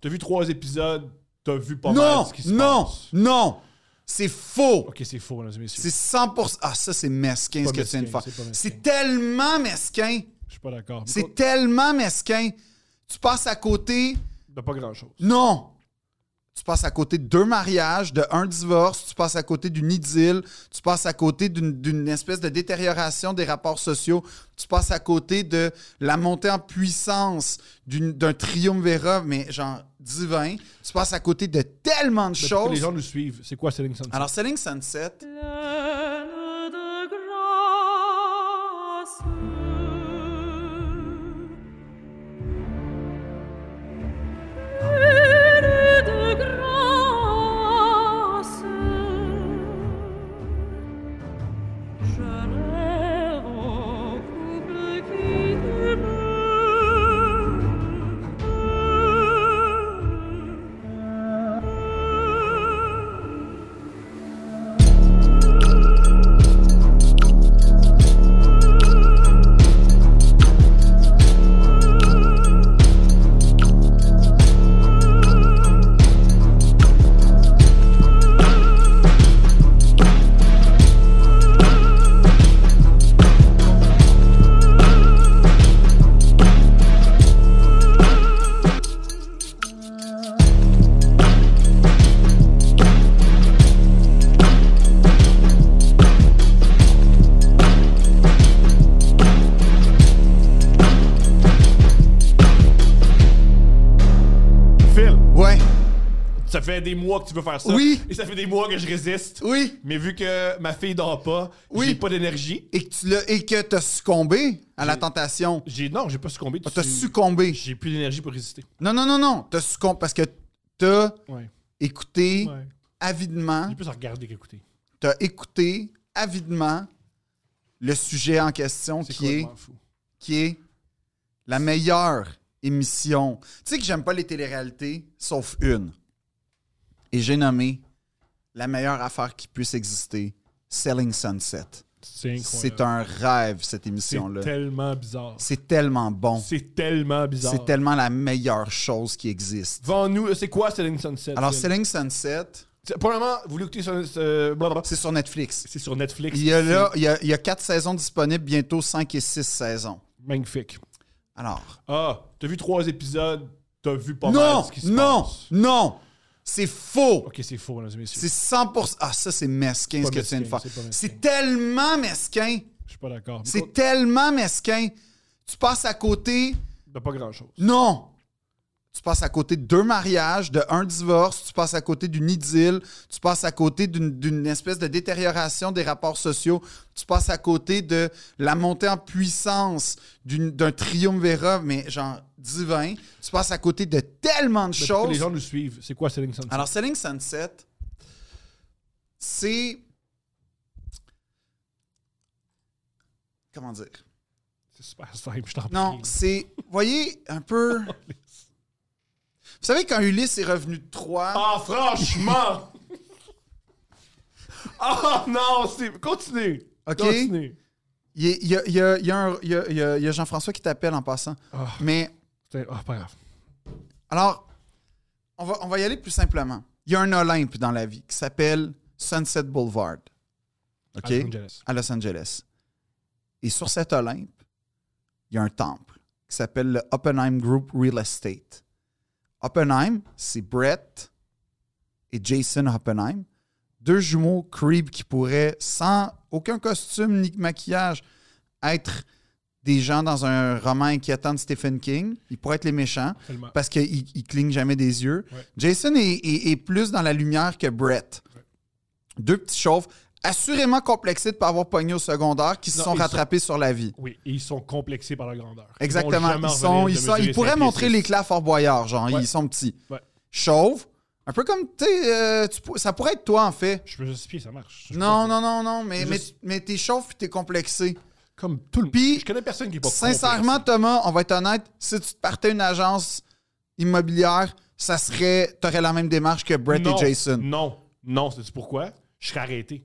T'as vu trois épisodes, t'as vu pas Non, mal ce qui se non, passe. non. C'est faux. Ok, c'est faux, mesdames et messieurs. C'est 100%. Ah, ça, c'est mesquin C'est ce pas que tu viens de mesquin, faire. c'est pas mesquin. C'est tellement mesquin. Je suis pas d'accord. C'est tellement mesquin. Tu passes à côté. T'as pas grand-chose. Non! Tu passes à côté de deux mariages, de un divorce, tu passes à côté d'une idylle, tu passes à côté d'une d'une espèce de détérioration des rapports sociaux, tu passes à côté de la montée en puissance d'une- d'un triumvirat, mais genre divin. Tu passes à côté de tellement de Mais pourquoi choses. Les gens nous suivent. C'est quoi Selling Sunset? Alors, Selling Sunset, Pleine de grâce, pleine de grâce, je rêve au couple qui demeure. Ah. Phil, ouais, ça fait des mois que tu veux faire ça. Oui. Et ça fait des mois que je résiste. oui, Mais vu que ma fille dort pas, Oui. j'ai pas d'énergie. et que tu l'as- et que t'as succombé à la tentation. Ah, J'ai non, j'ai pas succombé. T'as Tu- succombé. J'ai plus d'énergie pour résister. Non, non, non, non. T'as succombé parce que t'as Ouais. écouté ouais. avidement. J'ai plus à regarder qu'écouter. tu as écouté avidement le sujet en question C'est qui est, complètement fou. qui est la meilleure émission. Tu sais que j'aime pas les téléréalités, sauf une. Et j'ai nommé la meilleure affaire qui puisse exister, Selling Sunset. C'est incroyable. C'est un rêve, cette C'est émission-là. tellement bizarre. C'est tellement bon. C'est tellement bizarre. C'est tellement la meilleure chose qui existe. Vends-nous, c'est quoi Selling Sunset? Alors, Phil? Selling Sunset, C'est- Premièrement, vous voulez écouter sur, ce- blablabla. c'est sur Netflix. c'est sur Netflix. Il y, a là, il, y a, il y a quatre saisons disponibles, bientôt cinq et six saisons. C'est Magnifique. Alors, Ah, t'as vu trois épisodes, t'as vu pas Non, mal ce qui se non, passe. non. C'est faux. Ok, c'est faux, mesdames et messieurs. C'est 100%. Ah, ça, c'est mesquin Pas ce que tu viens de mesquin, faire. c'est pas mesquin. C'est tellement mesquin. Je suis pas d'accord. C'est tellement mesquin. Tu passes à côté. T'as pas grand-chose. Non. Tu passes à côté de deux mariages, de un divorce, tu passes à côté d'une idylle, tu passes à côté d'une d'une espèce de détérioration des rapports sociaux, tu passes à côté de la montée en puissance d'une- d'un triumvirat, mais genre divin. Tu passes à côté de tellement de Mais pourquoi choses. Les gens nous suivent. C'est quoi Selling Sunset? Alors, Selling Sunset, c'est. Comment dire? C'est super simple, je t'en prie. Non, c'est. Voyez, un peu. Vous savez, quand Ulysse est revenu de Troie. Ah, franchement! Ah non, c'est... Continue. Ok. Continue. Il y a- il y a- il y a- il y a un- il y a- il y a- il y a Jean-François qui t'appelle en passant. Ah, Mais. putain, ah, pas grave. Alors, on va, on va y aller plus simplement. Il y a un Olympe dans la vie qui s'appelle Sunset Boulevard. OK? À Los Angeles. À Los Angeles. Et sur cet Olympe, il y a un temple qui s'appelle le Oppenheim Group Real Estate. Oppenheim, c'est Brett et Jason Oppenheim, deux jumeaux creep qui pourraient, sans aucun costume ni maquillage, être des gens dans un roman inquiétant de Stephen King. Ils pourraient être les méchants Tellement. parce qu'il il cligne jamais des yeux. Ouais. Jason est, est- est plus dans la lumière que Brett. Deux petits chauves, assurément complexés de ne pas avoir pogné au secondaire, qui se Non, sont ils rattrapés sur la vie. Oui, et ils sont complexés par la grandeur. Ils vont jamais Exactement. Ils, revenir sont, de ils, sont- mesurer ils cinq pourraient pieds montrer six. l'éclat à Fort Boyard, genre, Ouais. ils sont petits. Ouais. Chauves, un peu comme, tu sais, euh, tu pour- ça pourrait être toi, en fait. Je peux justifier, ça marche. Je peux Non, pas- non, non, non, mais, C'est mais, juste- mais t'es chauve puis t'es complexé. Comme tout le monde. Puis, Je connais personne qui est pas Sincèrement, complexé. Thomas, on va être honnête, si tu te partais une agence immobilière, ça serait, t'aurais la même démarche que Brett Non, et Jason. Non, non, c'est pourquoi? Je serais arrêté.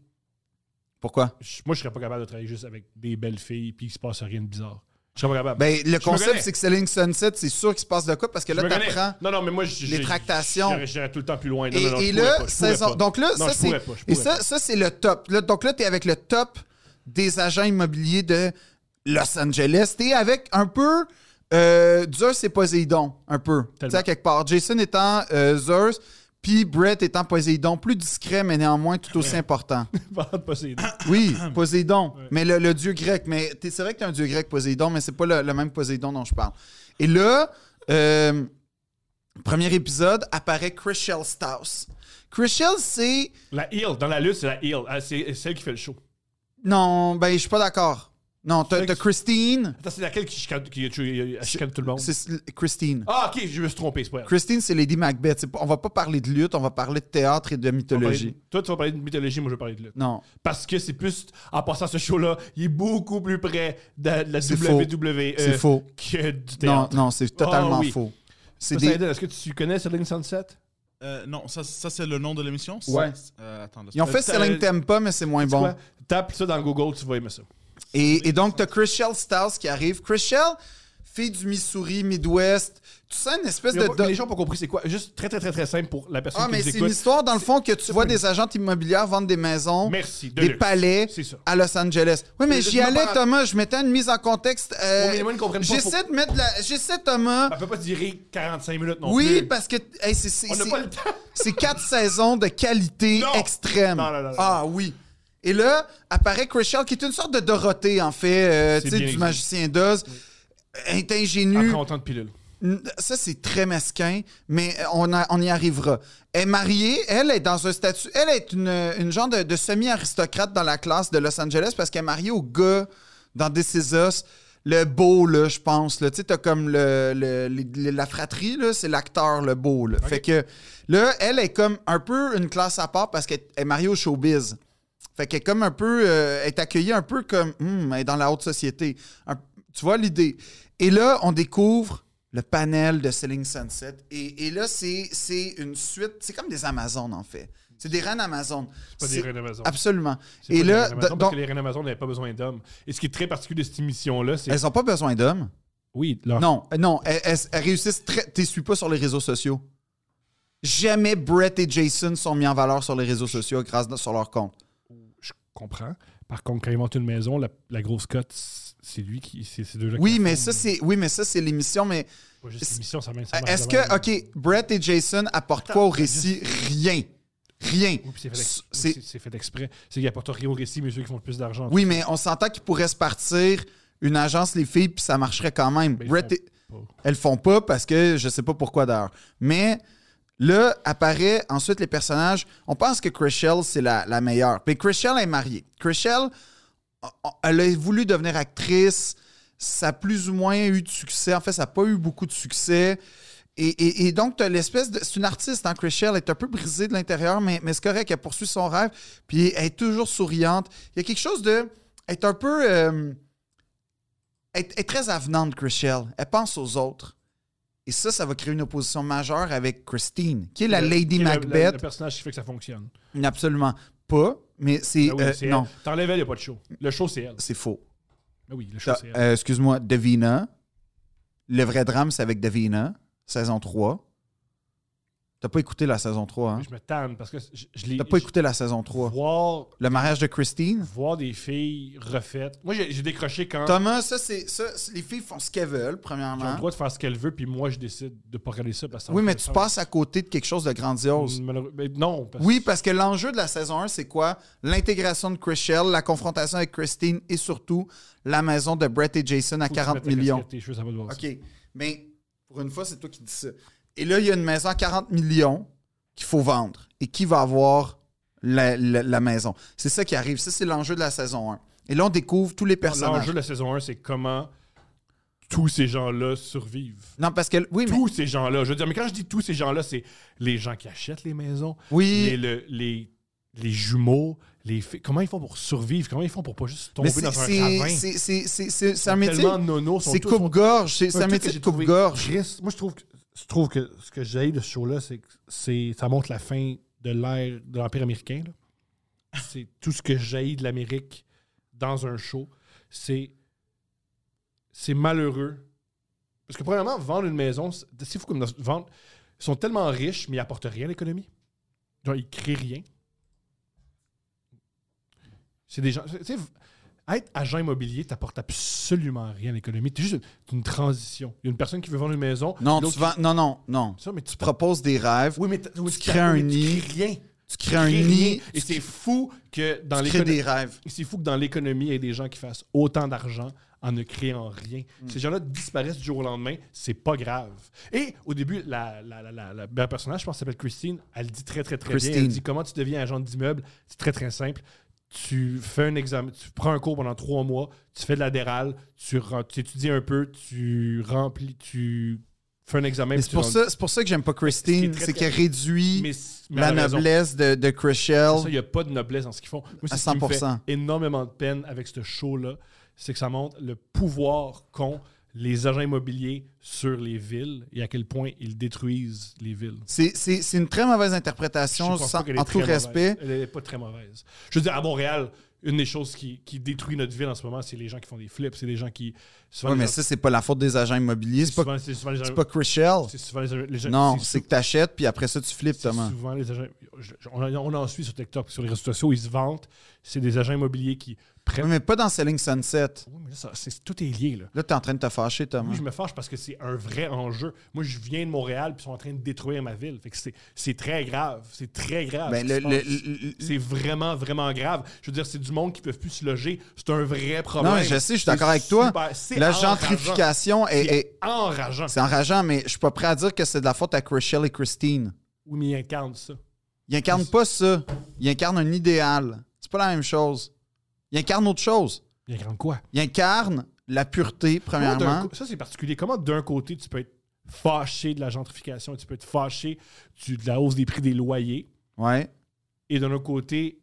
Pourquoi? Je- moi, je serais pas capable de travailler juste avec des belles filles puis il se passe rien de bizarre. Je serais pas capable. Ben, le me concept, connais. c'est que Selling Sunset, c'est sûr qu'il se passe de quoi parce que Je là, me connais. t'apprends. Non, non, mais moi, je- les je- tractations. j'irais- J'irais tout le temps plus loin. Non, non, Et, non, je et pourrais là, pas, je saison. pourrais pas. Donc là, Non, ça, je pourrais c'est. pas, je Et pourrais ça, ça, c'est le top. Là, donc là, t'es avec le top des agents immobiliers de Los Angeles. T'es avec un peu. Euh, Zeus et Poséidon, un peu. Tu sais, à quelque part. Jason étant euh, Zeus, puis Brett étant Poséidon. Plus discret, mais néanmoins tout aussi important. pas. Pas ces deux. Oui, Poséidon. Mais le, le dieu grec. Mais t'es- c'est vrai que t'es un dieu grec, Poséidon, mais c'est pas le, le même Poséidon dont je parle. Et là, euh, premier épisode, apparaît Chrishell Staus. Chrishell, c'est. La heel, dans la lutte, c'est la heel. Ah, C'est celle qui fait le show. Non, ben, je suis pas d'accord. Non, t'as C'est- t'as Christine. Attends, c'est laquelle qui chicane, qui, qui- qui chicane tout le monde? C'est Christine. Ah, ok, je me suis trompé, c'est pas elle. Christine, c'est Lady Macbeth. C'est pas- On va pas parler de lutte, on va parler de théâtre et de On va parler de- mythologie. Toi, tu vas parler de mythologie, moi, je vais parler de lutte. Non. Parce que c'est plus. En passant ce show-là, il est beaucoup plus près de la, de la C'est WWE faux. C'est faux. que du Non, théâtre. non, c'est totalement Ah, oui. faux. C'est Toi, des- Saïden, Est-ce que tu connais Selling Sunset? Euh, non, ça, ça c'est le nom de l'émission? c'est- Ouais. Euh, attends, là, Ils ont Euh, fait t'as- Selling Tempa, mais c'est moins Tu bon. vois, Tape ça dans Google, tu vas aimer ça. Et, et donc, tu as Chrishell Stiles qui arrive. Chrishell, fille du Missouri, Midwest. Tu sens une espèce Ils ont de. pas- Les gens n'ont pas compris c'est quoi. Juste très, très, très, très simple pour la personne ah, qui mais nous c'est une écoute. histoire, dans le fond, que tu vois pas des agentes immobilières vendre des maisons, Merci. de des luxe. palais C'est ça. à Los Angeles. Oui, mais Mais j'y laisse-moi pas- allais, Thomas. Je mettais une mise en contexte. euh, Au minimum, ils comprennent pas, J'essaie de mettre la. J'essaie, Thomas. Elle peut pas durer 45 minutes non plus. Oui, parce que hey, c'est- c'est- On n'a c'est- pas le temps. c'est quatre saisons de qualité Non. extrême. Non, non, non, non. Ah oui. Et là, apparaît Chrishell, qui est une sorte de Dorothée, en fait, euh, tu C'est sais, bien du dit. magicien euh, d'Oz. Elle est ingénue. Après autant de pilules. N- Ça, c'est très mesquin, mais euh, on, a- on y arrivera. Elle est mariée, elle est dans un statut. Elle est une, une genre de, de semi-aristocrate dans la classe de Los Angeles parce qu'elle est mariée au gars dans This Is Us, le beau, là, je pense. là. Tu sais, t'as comme le, le- les- la fratrie, là, c'est l'acteur, le beau. Là. Fait que là, elle est comme un peu une classe à part parce qu'elle est mariée au showbiz. Fait qu'elle est comme un peu. euh, elle est accueillie un peu comme. Hum, elle est dans la haute société. Un- tu vois l'idée. Et là, on découvre le panel de Selling Sunset. Et, et là, c'est c'est une suite. C'est comme des Amazones, en fait. C'est des reines Amazones. Pas des C'est- reines Amazon. Absolument. C'est Et pas des là, reines Amazon, donc, parce que les reines Amazon n'avaient pas besoin d'hommes. Et ce qui est très particulier de cette émission-là, c'est. elles n'ont pas besoin d'hommes. Oui, leur- Non, euh, non, elles, elles- elles réussissent très. T'es suis pas sur les réseaux sociaux. Jamais Brett et Jason sont mis en valeur sur les réseaux sociaux grâce à- sur leur compte. je comprends. Par contre, quand ils montent une maison, la, la grosse cote, c'est lui qui. C'est ces deux-là qui Oui, la mais font. ça, c'est. Oui, mais ça, c'est l'émission, mais. Pas juste l'émission, ça même- ça marche Ah, Est-ce de que, même. OK, Brett et Jason apportent quoi au récit? Rien. Rien. Oui, puis c'est fait, ex- oui, C'est- c'est- c'est fait exprès. C'est qu'il apporte rien au récit, mais ceux qui font le plus d'argent. Oui, mais on s'entend qu'ils pourraient se partir une agence, les filles, puis ça marcherait quand même. Mais ils Brett font et- pas. Elles font pas parce que je sais pas pourquoi d'ailleurs. Mais là, apparaît ensuite les personnages. On pense que Chrishell, c'est la, la meilleure. Mais Chrishell est mariée. Chrishell, o- o- elle a voulu devenir actrice. Ça a plus ou moins eu de succès. En fait, ça n'a pas eu beaucoup de succès. Et, et- et donc, t'as l'espèce de. C'est une artiste, hein, Chrishell. Elle est un peu brisée de l'intérieur, mais, mais c'est correct. Elle poursuit son rêve. Puis elle est toujours souriante. Il y a quelque chose de. Elle est un peu. euh, elle est- elle est très avenante, Chrishell. Elle pense aux autres. Et ça, ça va créer une opposition majeure avec Christine, qui est la Le- Lady qui est le- Macbeth. Le, le personnage qui fait que ça fonctionne. Absolument pas, mais c'est. Ah oui, euh, c'est non, elle. T'enlèves elle, il n'y a pas de show. Le show, c'est elle. c'est faux. Ah oui, le show, T'as- c'est elle. euh, Excuse-moi, Davina. Le vrai drame, c'est avec Davina, saison 3. T'as pas écouté la saison 3, hein? Je me tanne parce que je, je l'ai. T'as pas je- écouté la saison 3. Voir, Le mariage de Christine? voir des filles refaites. Moi, j'ai j'ai décroché quand. Thomas, ça, c'est. ça, c'est- les filles font ce qu'elles veulent, J'ai Ah. le premièrement. droit de faire ce qu'elle veut, puis moi, je décide de pas regarder ça. Parce que ça Oui, me mais fait tu peur. passes à côté de quelque chose de grandiose. Malheureux- mais Non. Parce Oui, parce que l'enjeu de la saison 1, c'est quoi? L'intégration de Chrishell, la confrontation avec Christine et surtout la maison de Brett et Jason à Faut que tu 40 mettes la millions. casquette, tes cheveux, ça va devoir ça. OK. Mais pour une fois, c'est toi qui dis ça. Et là, il y a une maison à 40 millions qu'il faut vendre. Et qui va avoir la, la- la maison? C'est ça qui arrive. Ça, c'est l'enjeu de la saison 1. Et là, on découvre tous les personnages. L'enjeu de la saison 1, c'est comment tous ces gens-là survivent. Non, parce que. Oui, mais. Tous ces gens-là. Je veux dire, mais quand je dis tous ces gens-là, c'est les gens qui achètent les maisons, les, Oui. le- les, les jumeaux, les filles. Comment ils font pour survivre? Comment ils font pour pas juste Mais tomber c'est- dans un c'est- ravin? c'est- c'est- c'est- c'est- c'est un Ils sont métier. tellement nono, sont C'est tous- sont- coupe-gorge. C'est c'est un truc métier que de j'ai trouvé coupe-gorge. triste. Moi, je trouve que, je trouve que ce que j'ai de ce show-là, c'est que c'est- ça montre la fin de l'ère de l'Empire américain. là. C'est tout ce que j'ai de l'Amérique dans un show. C'est c'est malheureux. Parce que, premièrement, vendre une maison, c'est c'est fou comme dans- vendre. Ils sont tellement riches, mais ils apportent rien à l'économie. Genre, ils créent rien. C'est des gens. Tu sais, être agent immobilier, t'apporte absolument rien à l'économie. C'est juste une transition. Il y a une personne qui veut vendre une maison. Non, l'autre tu vends- non, non, non. qui- Ça, mais tu Tu proposes des rêves, Oui, mais t- oui, Tu t'as- crées un oui, mais tu nid. crées rien. tu crées un crées rien. nid, Et c'est fou que dans tu les crées des rêves. c'est fou que dans l'économie, il y ait des gens qui fassent autant d'argent en ne créant rien. Hmm. Ces gens-là disparaissent du jour au lendemain, c'est pas grave. Et au début, la, la, la, la- la- le personnage, je pense, s'appelle Christine, elle dit très, très, très bien. Elle Christine. dit comment tu deviens agent d'immeuble, c'est très, très simple. Tu fais un examen, tu prends un cours pendant trois mois, tu fais de la dérale, tu, ren- tu étudies un peu, tu remplis, tu fais un examen. Mais puis c'est tu pour, rends- ça- c'est pour ça que j'aime pas Ce qui est Christine, très, c'est très- qu'elle réduit Mais, c- mais la elle a raison. noblesse de, de Chrishell. Ça, il n'y a pas de noblesse dans ce qu'ils font. Moi, c'est À ce qui me 100%. fait énormément de peine avec ce show-là, c'est que ça montre le pouvoir qu'ont les agents immobiliers sur les villes et à quel point ils détruisent les villes. C'est- C'est c'est une très mauvaise Je interprétation, pense sans- pas qu'elle est en tout très mauvaise. respect. Elle n'est pas très mauvaise. Je veux dire, à Montréal, une des choses qui, qui détruit notre ville en ce moment, c'est les gens qui font des flips, c'est les gens qui... Souvent, Oui, les mais gens- ça, c'est pas la faute des agents immobiliers, c'est pas, souvent- c'est souvent les c'est agents- pas Chrishell. c'est souvent les agents- les gens- Non, c'est c'est que t'achètes, puis après ça, tu flippes, C'est Thomas. souvent les agents. je- je- on, en- on en suit sur TikTok, sur les réseaux sociaux, ils se vantent. C'est des agents immobiliers qui Oui, prennent. mais pas dans Selling Sunset. Oui, mais là, ça- c'est- tout est lié. Là. Là, t'es en train de te fâcher, Thomas. Oui, je me fâche parce que c'est un vrai enjeu. Moi, je viens de Montréal, puis ils sont en train de détruire ma ville. Fait que c'est- c'est très grave. C'est très grave. Ben, ce qui le- se le- passe. le- le- C'est vraiment, vraiment grave. Je veux dire, c'est du monde qui ne peut plus se loger. C'est un vrai problème. Non, mais je sais, je C'est suis d'accord avec toi. super- c'est La enrageant. gentrification est. C'est est- enrageant. C'est enrageant, mais je suis pas prêt à dire que c'est de la faute à Chrishell et Christine. Oui, mais ils incarnent ça. Ils incarnent pas ça. Ils incarnent un idéal. C'est pas la même chose. Ils incarnent autre chose. Ils incarnent quoi? Ils incarnent la pureté, Comment d'un premièrement. co- Ça, c'est particulier. Comment d'un côté, tu peux être fâché de la gentrification, tu peux être fâché du- de la hausse des prix des loyers, Ouais. et d'un autre côté,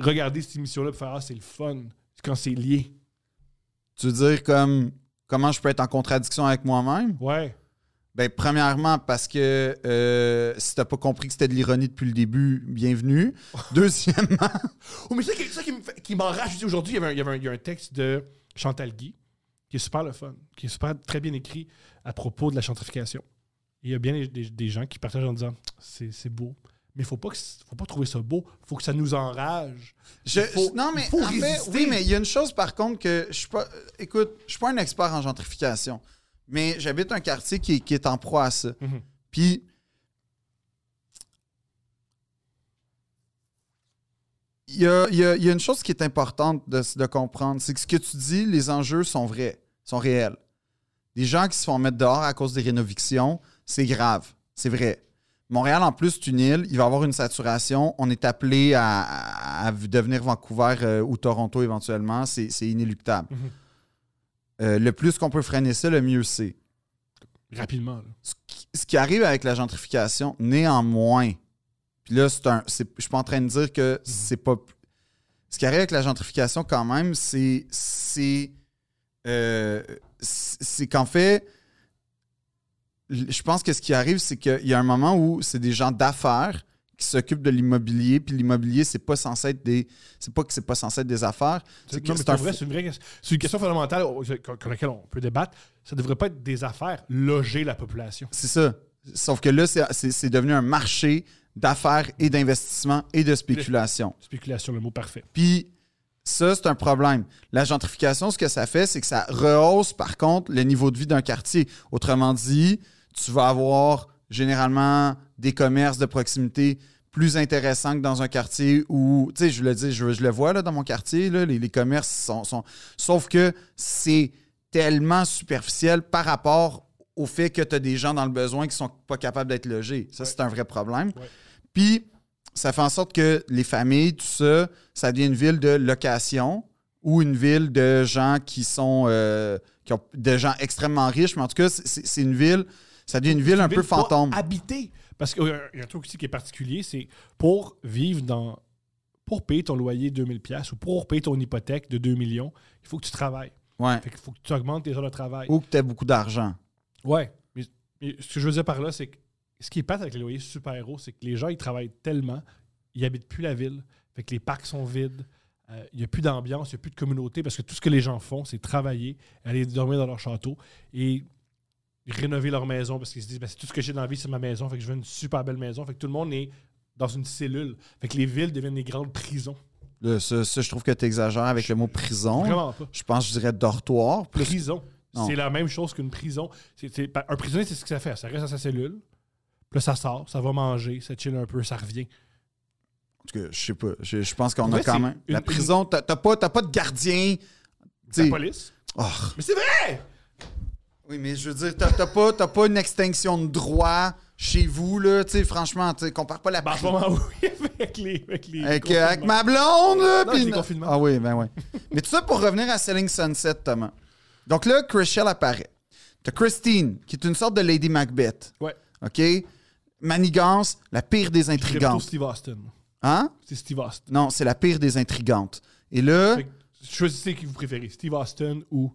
regarder cette émission-là pour faire Ah, c'est le fun, quand c'est lié. Tu veux dire comme comment je peux être en contradiction avec moi-même? Ouais. Ben, premièrement, parce que euh, si t'as pas compris que c'était de l'ironie depuis le début, bienvenue. Deuxièmement, Oh, mais c'est ça qui- ça qui me fait- qui m'enrage. Je dis, Aujourd'hui, il y, avait un, il, y avait un- il y a un texte de Chantal Guy qui est super le fun, qui est super très bien écrit à propos de la gentrification. Et il y a bien des, des- des gens qui partagent en disant c'est c'est beau. Mais faut pas que c- faut pas trouver ça beau, faut que ça nous enrage. je, Il faut- non, mais il faut en fait, résister. oui, mais il y a une chose par contre que je suis pas. euh, Écoute, je suis pas un expert en gentrification, mais j'habite un quartier qui, qui est en proie à ça. Mhm. Puis. Il y a, il y a- il y a une chose qui est importante de, de comprendre, c'est que ce que tu dis, les enjeux sont vrais, sont réels. Des gens qui se font mettre dehors à cause des rénovictions, c'est grave, c'est vrai. Montréal, en plus, c'est une île, il va y avoir une saturation. On est appelé à, à- à devenir Vancouver euh, ou Toronto éventuellement, c'est c'est inéluctable. Mhm. Euh, le plus qu'on peut freiner ça, le mieux c'est Rapidement. là. ce qui, ce qui arrive avec la gentrification, néanmoins, puis là, c'est un, c'est- je suis pas en train de dire que c'est pas. Ce qui arrive avec la gentrification, quand même, c'est. C'est euh, c'est- c'est qu'en fait, l- je pense que ce qui arrive, c'est qu'il y a un moment où c'est des gens d'affaires qui s'occupent de l'immobilier, puis l'immobilier, c'est pas censé être des. C'est pas que c'est pas censé être des affaires. C'est que Non, mais c'est pour un vrai, fou- c'est une, vraie question. C'est une question fondamentale au- qu'on- qu'on laquelle on peut débattre. Ça devrait pas être des affaires, loger la population. C'est ça. Sauf que là, c'est- c'est c'est devenu un marché d'affaires et d'investissement et de spéculation. Spéculation, le mot parfait. Puis ça, c'est un problème. La gentrification, ce que ça fait, c'est que ça rehausse, par contre, le niveau de vie d'un quartier. Autrement dit, tu vas avoir généralement des commerces de proximité plus intéressants que dans un quartier où, tu sais, je le dis, je, je le vois là, dans mon quartier, là, les, les commerces sont, sont- Sauf que c'est tellement superficiel par rapport au fait que tu as des gens dans le besoin qui sont pas capables d'être logés. Ça, c'est un vrai problème. Ouais. Puis, ça fait en sorte que les familles, tout ça, ça devient une ville de location ou une ville de gens qui sont euh, qui ont- de gens extrêmement riches, mais en tout cas, c'est- c'est c'est une ville, ça devient une ville un peu Ville pas fantôme. Habiter. Parce qu'il y a un- il y a un truc aussi qui est particulier, c'est pour vivre dans. Pour payer ton loyer de 2000$ piastres ou pour payer ton hypothèque de 2 millions, il faut que tu travailles. Ouais. Fait qu'il faut que tu augmentes tes heures de travail. Ou que tu as beaucoup d'argent. Ouais. Mais, mais ce que je veux dire par là, c'est que ce qui est passe avec les loyers super hauts, c'est que les gens, ils travaillent tellement, ils habitent plus la ville. Fait que les parcs sont vides. Euh, Il n'y a plus d'ambiance, il n'y a plus de communauté parce que tout ce que les gens font, c'est travailler, aller dormir dans leur château et rénover leur maison parce qu'ils se disent Ben, c'est tout ce que j'ai dans la vie, c'est ma maison, fait que je veux une super belle maison. Fait que tout le monde est dans une cellule. Fait que les villes deviennent des grandes prisons. Là, ça, ça, je trouve que tu exagères avec le mot prison. Vraiment pas. Je pense, je dirais dortoir. Plus... prison. Non. C'est la même chose qu'une prison. C'est- c'est- pa- un prisonnier, c'est ce que ça fait. Ça reste dans sa cellule, puis là, ça sort, ça va manger, ça chill un peu, ça revient. En tout cas, je sais pas. Je, je pense qu'on Ouais, a quand c'est même. une- la une- prison, t'as t'as pas, t'as pas de gardien. La T'sais, police. oh. Mais c'est vrai! Oui, mais je veux dire, t'as t'as pas, t'as pas une extinction de droit chez vous, là. Tu sais, franchement, tu sais, compare pas la Ben, en ce prison moment, oui, avec les. Avec, les avec, confinements. euh, avec ma blonde, là. Non, puis- avec les confinements. Ah oui, ben oui. mais tout ça pour revenir à Selling Sunset, Thomas. Donc là, Chris Shell apparaît. T'as Christine, qui est une sorte de Lady Macbeth. Ouais. OK? Manigance, la pire des C'est plutôt intrigantes. Steve Austin. Hein? C'est Steve Austin. Non, c'est la pire des intrigantes. Et là, Fait que choisissez qui vous préférez, Steve Austin ou.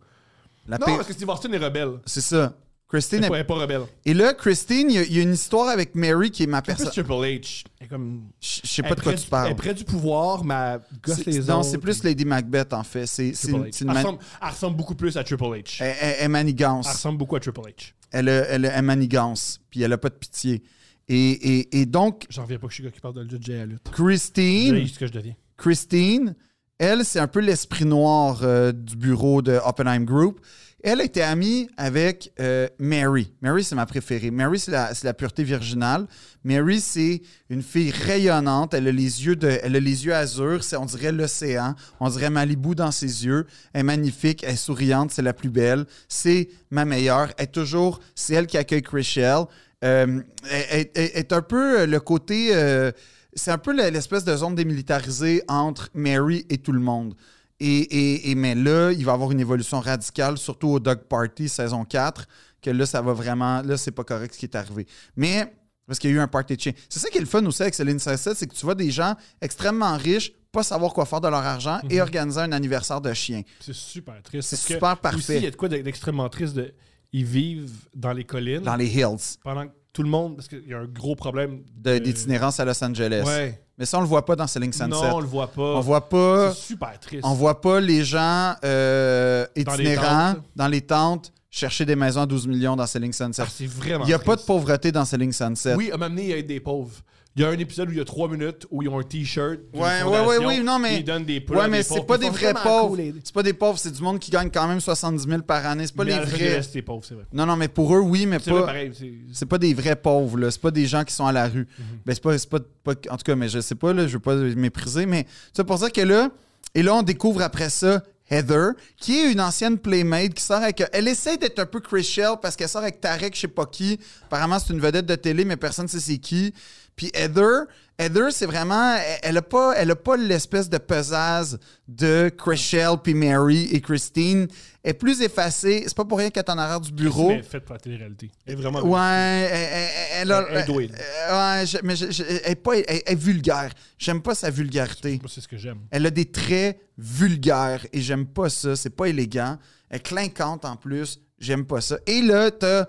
la Non, pire- parce que Steve Austin est rebelle. C'est ça. Elle Christine. n'est est- pas, elle est pas rebelle. Et là, Christine, il y a- il y, a une histoire avec Mary qui est ma Plus personne. Triple H. Elle est comme. Je je sais elle est pas de quoi près tu du- Elle est parles. près du pouvoir, mais elle gosse C'est- les autres. Non, c'est plus Lady Macbeth, en fait. C'est c'est Triple une, H. c'est Elle une man- ressemble, elle ressemble beaucoup plus à Triple H. elle- elle- elle Elle manigance. ressemble beaucoup à Triple H. Elle, a- elle, a- elle manigance, puis elle a pas de pitié. Et, et- et donc, J'en reviens pas que je suis le gars qui parle de lutte, j'ai la lutte. Christine, J'ai ce que je deviens. Christine, elle, c'est un peu l'esprit noir euh, du bureau de Oppenheim Group. Elle était amie avec euh, Mary. Mary, c'est ma préférée. Mary, c'est la, c'est la pureté virginale. Mary, c'est une fille rayonnante. Elle a les yeux, de, elle a les yeux azur. C'est, on dirait l'océan. On dirait Malibu dans ses yeux. Elle est magnifique. Elle est souriante. C'est la plus belle. C'est ma meilleure. Elle est toujours... C'est elle qui accueille Chrishell. Euh, elle, elle- elle est un peu le côté... euh, c'est un peu la- l'espèce de zone démilitarisée entre Mary et tout le monde. Et, et- et- mais là, il va avoir une évolution radicale, surtout au Dog Party saison 4, que là, ça va vraiment. Là, c'est pas correct ce qui est arrivé. Mais parce qu'il y a eu un party de chien. C'est ça qui est le fun aussi avec Céline Sunset, c'est que tu vois des gens extrêmement riches pas savoir quoi faire de leur argent et organiser un anniversaire de chien. C'est super triste. C'est Mhm. parce que super parfait. Aussi, il y a de quoi d'extrêmement triste. De, ils vivent dans les collines Dans les hills, pendant que tout le monde. Parce qu'il y a un gros problème de- d'itinérance à Los Angeles. Euh, Ouais. Mais ça, on le voit pas dans Céline Sunset. Non, on le voit pas. on voit pas. C'est super triste. On voit pas les gens euh, Dans les itinérants tentes. dans les tentes chercher des maisons à 12 millions dans Selling Sunset. Ah, c'est vraiment. il n'y a pas de triste. pauvreté dans Selling Sunset. Oui, à m'amener, il y a des pauvres. Il y a un épisode où il y a trois minutes où ils ont un t-shirt. d'une Ouais, ouais, fondation, ouais, oui, non, mais. Ils donnent des plats ouais, à mais des c'est pauvres. pas Ils des font vrais vraiment pauvres. cool, les- C'est pas des pauvres, c'est du monde qui gagne quand même 70 000 par année. C'est pas Mais à les la fin, vrais. reste, c'est pauvre, c'est vrai. Non, non, mais pour eux, oui, mais C'est vrai, pas. pareil. c'est- C'est pas des vrais pauvres, là. C'est pas des gens qui sont à la rue. Ben, c'est pas, c'est pas, pas- En tout cas, mais je sais pas, là, je veux pas mépriser, mais c'est pour ça que là, et là, on découvre après ça Heather, qui est une ancienne playmate qui sort avec. Elle essaie d'être un peu Chris Shell parce qu'elle sort avec Tarek, je sais pas qui. Apparemment, c'est une vedette de télé, mais personne sait c'est qui. Puis Heather, Heather, c'est vraiment. elle- Elle a pas, elle a pas l'espèce de pesase de Chris Shell, puis Mary et Christine. Elle est plus effacée. C'est pas pour rien qu'elle est en arrière du bureau. Mais faite pour la télé-réalité. Elle est vraiment. Ouais, elle, elle- elle a- Elle est douée. Euh, ouais, je- mais je- je- elle est pas- elle- elle est vulgaire. J'aime pas sa vulgarité. Moi, c'est ce que j'aime. Elle a des traits vulgaires et j'aime pas ça. C'est pas élégant. Elle est clinquante en plus. J'aime pas ça. Et là, t'as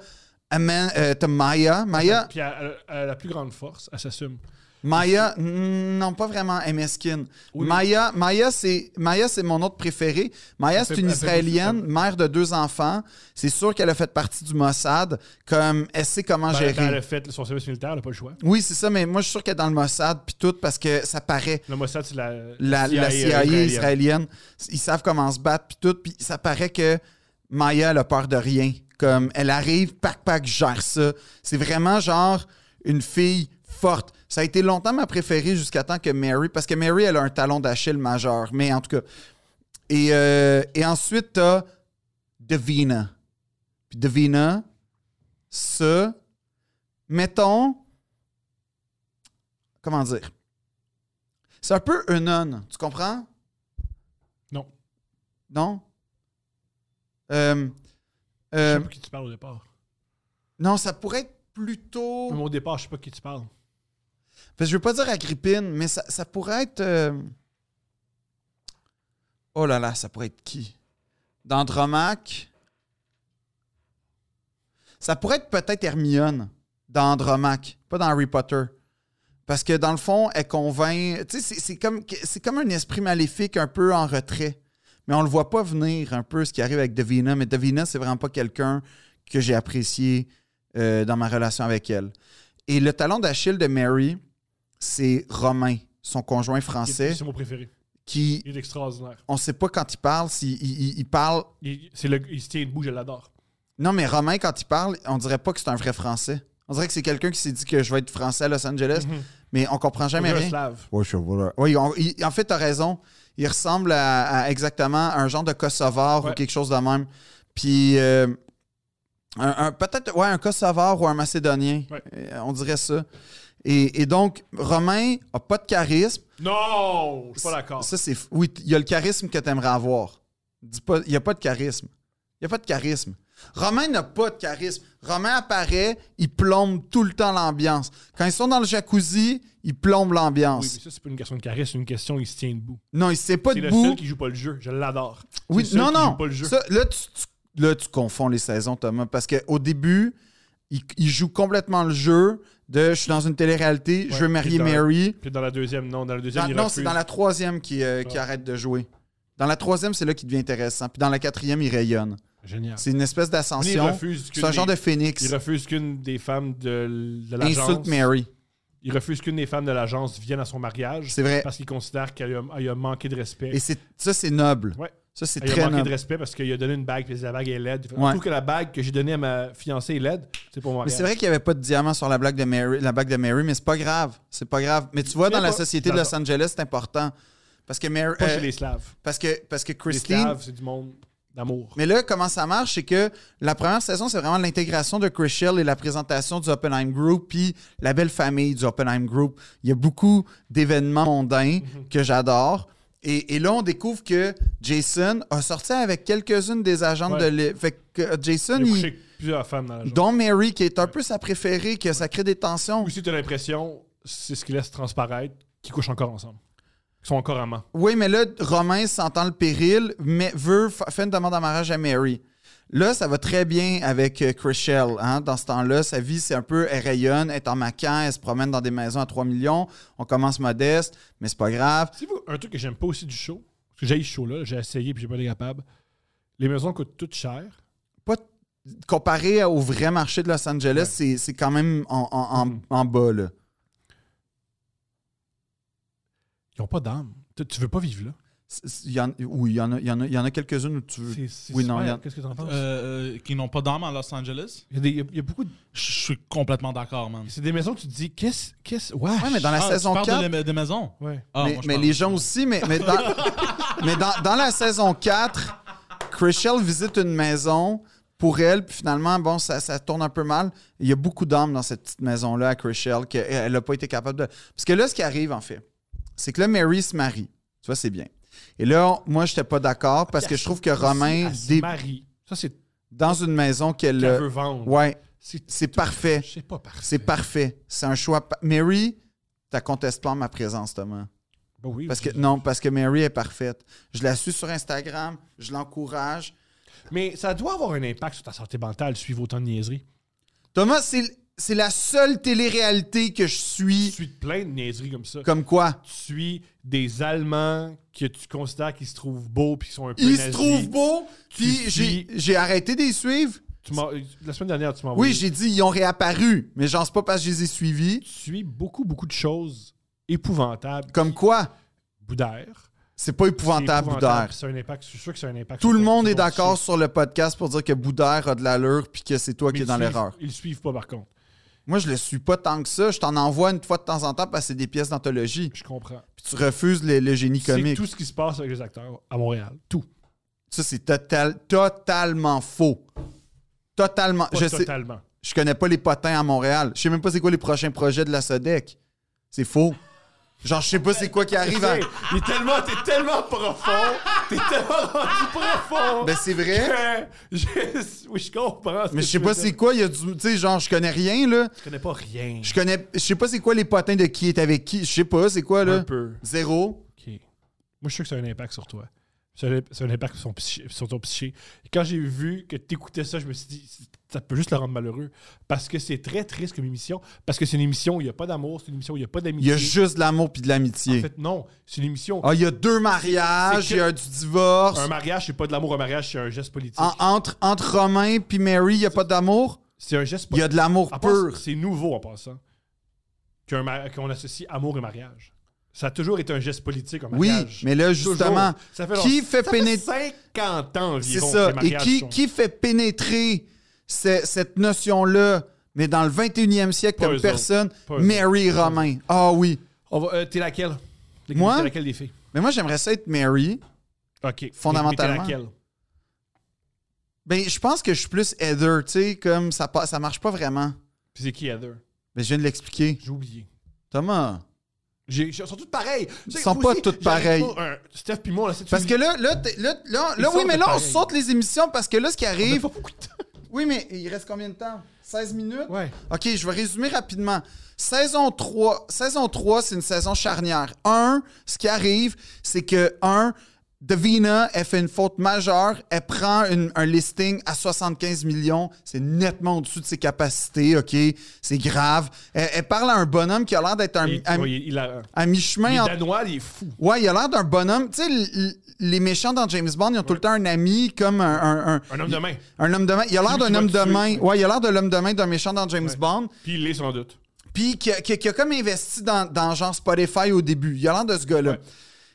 Aman- euh, t'as Maya. Maya, Puis elle, elle- elle a la plus grande force, elle s'assume. Maya, mm, non, pas vraiment MS Skin. Oui. Maya, Maya, c'est Maya, c'est mon autre préféré. Maya, Elle c'est fait- une elle fait Israélienne, beaucoup mère de deux enfants. C'est sûr qu'elle a fait partie du Mossad. Comme elle sait comment Ben, gérer. ben, elle a fait son service militaire, elle n'a pas le choix. Oui, c'est ça, mais moi, je suis sûr qu'elle est dans le Mossad, puis tout, parce que ça paraît. Le Mossad, c'est la, La la CIA, israélienne. israélienne. ils savent comment se battre, puis tout, puis ça paraît que Maya, elle a peur de rien. Comme, elle arrive, pac, pac, gère ça. C'est vraiment genre une fille forte. Ça a été longtemps ma préférée jusqu'à temps que Mary, parce que Mary, elle a un talon d'Achille majeur, mais en tout cas. Et, euh, et ensuite, t'as Davina. Puis Davina, ça, mettons, comment dire? C'est un peu un non, tu comprends? Non, Non? Euh, je euh, sais pas qui tu parles au départ. non, ça pourrait être plutôt. Même au départ, je sais pas qui tu parles. Parce que je veux pas dire Agrippine, mais ça, ça pourrait être. euh, Oh là là, ça pourrait être qui? D'Andromaque? Ça pourrait être peut-être Hermione dans Andromaque, pas dans Harry Potter. Parce que dans le fond, elle convainc. Tu sais, c'est- c'est comme, c'est comme un esprit maléfique un peu en retrait. Mais on le voit pas venir un peu ce qui arrive avec Davina. Mais Davina, c'est vraiment pas quelqu'un que j'ai apprécié euh, dans ma relation avec elle. Et le talent d'Achille de Mary, c'est Romain, son conjoint français, C'est mon préféré. qui, Il est extraordinaire. on sait pas quand il parle, s'il il- il- il parle Il, c'est le, il se tient debout, je l'adore. Non, mais Romain, quand il parle, on dirait pas que c'est un vrai Français. On dirait que c'est quelqu'un qui s'est dit que je vais être Français à Los Angeles, Mhm. mais on comprend jamais Ou un rien. slave. Ouais, je- voilà. Oui, on- il- en fait, t'as raison. Il ressemble à, à exactement un genre de Kosovar ou Ouais. quelque chose de même. Puis, euh, un, un- peut-être, ouais, un Kosovar ou un Macédonien. Ouais. Euh, On dirait ça. Et, et donc, Romain a pas de charisme. Non! Je suis pas d'accord. Ça, c'est. f- Oui, t- il y a le charisme que t'aimerais avoir. Dis pas, il n'y a pas de charisme. Il n'y a pas de charisme. Romain n'a pas de charisme. Romain apparaît, il plombe tout le temps l'ambiance. Quand ils sont dans le jacuzzi, il plombe Oui, l'ambiance. mais ça, c'est pas une question de charisme, c'est une question, il se tient debout. Non, il ne pas C'est le debout. seul qui joue pas le jeu. Je l'adore. C'est le Oui, seul non, qui non. joue pas le jeu. Ça, là, tu, tu- là, tu confonds les saisons, Thomas, parce qu'au début, il, il joue complètement le jeu de je suis dans une télé-réalité, je Ouais, veux puis marier dans- Mary. Puis dans la deuxième, non. Dans la deuxième, Dans- il Ah, non, refuse. c'est dans la troisième qui, euh, qui Ah. arrête de jouer. Dans la troisième, c'est là qu'il devient intéressant. Puis dans la quatrième, il rayonne. Génial. C'est une espèce Lui, il d'ascension. refuse C'est un qu'une genre des- de phénix. Il refuse qu'une des femmes de de l'agence. Insulte Mary. Il refuse qu'une des femmes de l'agence vienne à son mariage. C'est vrai. Parce qu'il considère qu'elle a, elle a manqué de respect. Et c'est- ça, c'est noble. Ouais. Ça, c'est Elle a très manqué de noble. respect parce qu'il a donné une bague, puis la bague est laide. Il fait, Ouais. Je trouve que la bague que j'ai donnée à ma fiancée est laide. C'est pour moi. Mais c'est vrai qu'il n'y avait pas de diamant sur la blague de Mary, la bague de Mary, mais c'est pas grave. C'est pas grave. Mais tu vois, Je sais dans la pas. société de Dans- Los Angeles, c'est important. Parce que Mary. Pas euh, chez les Slaves. parce, que, parce que Les Christine. Slaves, c'est du monde d'amour. Mais là, comment ça marche, c'est que la première saison, c'est vraiment l'intégration de Chris Shell et la présentation du Oppenheim Group, puis la belle famille du Oppenheim Group. Il y a beaucoup d'événements mondains que j'adore. Et, et là, on découvre que Jason a sorti avec quelques-unes des agentes Ouais. de l'é- Fait que euh, Jason, Il a couché il, avec plusieurs femmes dans l'agence. dont Mary, qui est un peu sa préférée, que ça crée des tensions. Aussi, tu as l'impression, c'est ce qui laisse transparaître, qu'ils couchent encore ensemble. Qu'ils sont encore amants. Oui, mais là, Romain sentant le péril, mais veut fa- faire une demande en mariage à Mary. Là, ça va très bien avec euh, Chris Shell. hein. Dans ce temps-là, sa vie, c'est un peu, elle rayonne, elle est en macan, elle se promène dans des maisons à 3 millions. On commence modeste, mais c'est pas grave. C'est vous, un truc que j'aime pas aussi du show, parce que j'ai eu ce show-là, j'ai essayé puis j'ai pas été capable. Les maisons coûtent toutes chères. Pas t- comparé au vrai marché de Los Angeles, c'est- c'est quand même en, en- en- Mm-hmm. Mhm. en bas. Là. Ils ont pas d'âme. Tu, tu veux pas vivre là. C'est- c'est- il y en- oui, il y en a, il y en a- il y en a quelques-unes où tu veux. C'est- c'est Euh, Oui, non, super. il y en- Qu'est-ce que t'en penses? Euh, euh, qui n'ont pas d'âme à Los Angeles. Il y a des- il y, a- il y a beaucoup de. Je suis complètement d'accord, man. C'est des maisons que tu te dis, qu'est-ce. qu'est-ce ouais. Ouais, mais dans la Ah, saison tu parles 4. de la- des maisons. Ouais. Ah, mais moi, je mais parle- les gens aussi, mais, mais, dans, mais dans, dans la saison 4, Chrishell visite une maison pour elle, puis finalement, bon, ça, ça tourne un peu mal. Il y a beaucoup d'hommes dans cette petite maison-là à Chrishell qu'elle n'a euh, pas été capable de. Parce que là, ce qui arrive, en fait, c'est que là, Mary se marie. Tu vois, c'est bien. Et là, moi, j'étais pas d'accord parce que je trouve que Romain, Elle se dé- marie. Ça, c'est. dans une maison qu'elle. Qu'elle a- veut vendre. Ouais, C'est c'est parfait. c'est pas parfait. C'est parfait. C'est un choix. pa- Mary, t'as contesté pas ma présence, Thomas. Ben oui, Parce que, tu- non, parce que Mary est parfaite. Je la suis sur Instagram, je l'encourage. Mais ça doit avoir un impact sur ta santé mentale, suivre autant de niaiseries. Thomas, c'est c'est la seule télé-réalité que je Tu suis. suis plein de niaiseries comme ça. Comme quoi? Tu suis des Allemands que tu considères qu'ils se trouvent beaux puis qui sont un peu Il se nazis. trouve beau, puis Tu j'ai suis- j'ai arrêté de les suivre. Tu m'as- la semaine dernière, tu m'as Oui, envoyé. j'ai dit, ils ont réapparu, mais genre, c'est pas parce que je les ai suivis. Tu suis beaucoup, beaucoup de choses épouvantables. Comme quoi? Boudère. C'est pas C'est épouvantable, épouvantable, Boudère. C'est un impact. Je suis sûr que c'est un impact. Tout sur le monde est sur ton d'accord sujet. sur le podcast pour dire que Boudère a de l'allure, puis que c'est toi Mais qui es ils dans suivent- l'erreur. Ils le suivent pas, par contre. Moi, je le suis pas tant que ça. Je t'en envoie une fois de temps en temps parce que c'est des pièces d'anthologie. Je comprends. Puis tu refuses le, le génie C'est comique. tout ce qui se passe avec les acteurs à Montréal. Tout. Ça, c'est total- totalement faux. Totalement. Pas je, sais, totalement. je connais pas les potins à Montréal. Je sais même pas c'est quoi les prochains projets de la SODEC. C'est faux. Genre, je sais pas c'est quoi qui arrive. à- Hey, il est tellement, t'es tellement profond. T'es tellement rendu profond. Ben, c'est vrai. que je- oui, je comprends. ce Mais que je sais tu pas veux dire. c'est quoi. Il y a du. Tu sais, genre, je connais rien, là. Je connais pas rien. Je connais. Je sais pas c'est quoi les potins de qui est avec qui. Je sais pas c'est quoi, Un là. peu. Zéro. OK. Moi, je suis sûr que ça a un impact sur toi. Ça a- ça a un impact sur, son psyché- sur ton psyché. Et quand j'ai vu que t'écoutais ça, je me suis dit, ça peut juste le rendre malheureux. Parce que c'est très triste comme émission. Parce que c'est une émission où il n'y a pas d'amour, c'est une émission où il n'y a pas Il y d'amitié. a juste de l'amour puis de En l'amitié. fait, non. C'est une émission. Ah, il y a deux mariages, C'est il que- y a du divorce. Un mariage, c'est pas de l'amour. Un mariage, c'est un geste politique. En- entre, entre Romain puis Mary, il n'y a pas d'amour. C'est un geste Il y a politique. de l'amour En pur. plus, C'est nouveau en passant. qu'un ma- Qu'on associe amour et mariage. Ça a toujours été un geste politique en Oui, mariage. mais là, Toujours. justement, Ça fait qui longtemps- ça fait fait pénétrer... 50 ans environ. C'est que ça. les Et mariages qui, sont- qui fait pénétrer ce- cette notion-là, mais dans le 21e siècle, Pas eux comme autres. personne, Pas eux Mary Romain. Ah oui. On va- euh, T'es laquelle T'es Moi? t'es laquelle des filles Mais moi, j'aimerais ça être Mary. OK. Mais- mais Fondamentalement. t'es laquelle? Ben, je pense que je suis plus Heather, tu sais, comme ça, pa- ça marche pas vraiment. Puis c'est qui Heather Mais je viens de l'expliquer. J'ai oublié. Thomas. J'ai- Ils sont toutes pareilles. Tu sais, Ils sont moi pas aussi, toutes j'arrive pareilles. pas, euh, Steph puis moi, on a cette Parce que là, là, t'es- là, là, Ils là, oui, sortent mais de là, on pareil. saute les émissions parce que là, ce qui On a arrive. pas beaucoup de temps. Oui, mais il reste combien de temps 16 minutes Ouais. OK, je vais résumer rapidement. Saison 3, saison 3 c'est une saison charnière. Un, ce qui arrive, c'est que, un, Davina, elle fait une faute majeure. Elle prend une- un listing à 75 millions. C'est nettement au-dessus de ses capacités, OK? C'est grave. Elle, elle parle à un bonhomme qui a l'air d'être un, Il, à, ouais, il- il a- à mi-chemin il est entre danois, il est fou. Ouais, il a l'air d'un bonhomme. Tu sais, l- l- les méchants dans James Bond, ils ont tout le temps un ami comme un. Un, un- Un homme de main. un homme de main. Il a l'air Celui d'un qui homme va de tuer. main. Ouais, il a l'air de l'homme de main d'un méchant dans James Ouais. Bond. Puis il l'est sans doute. Puis qui a, qui a- qui a comme investi dans, dans genre Spotify au début. Il a l'air de ce gars-là. Ouais.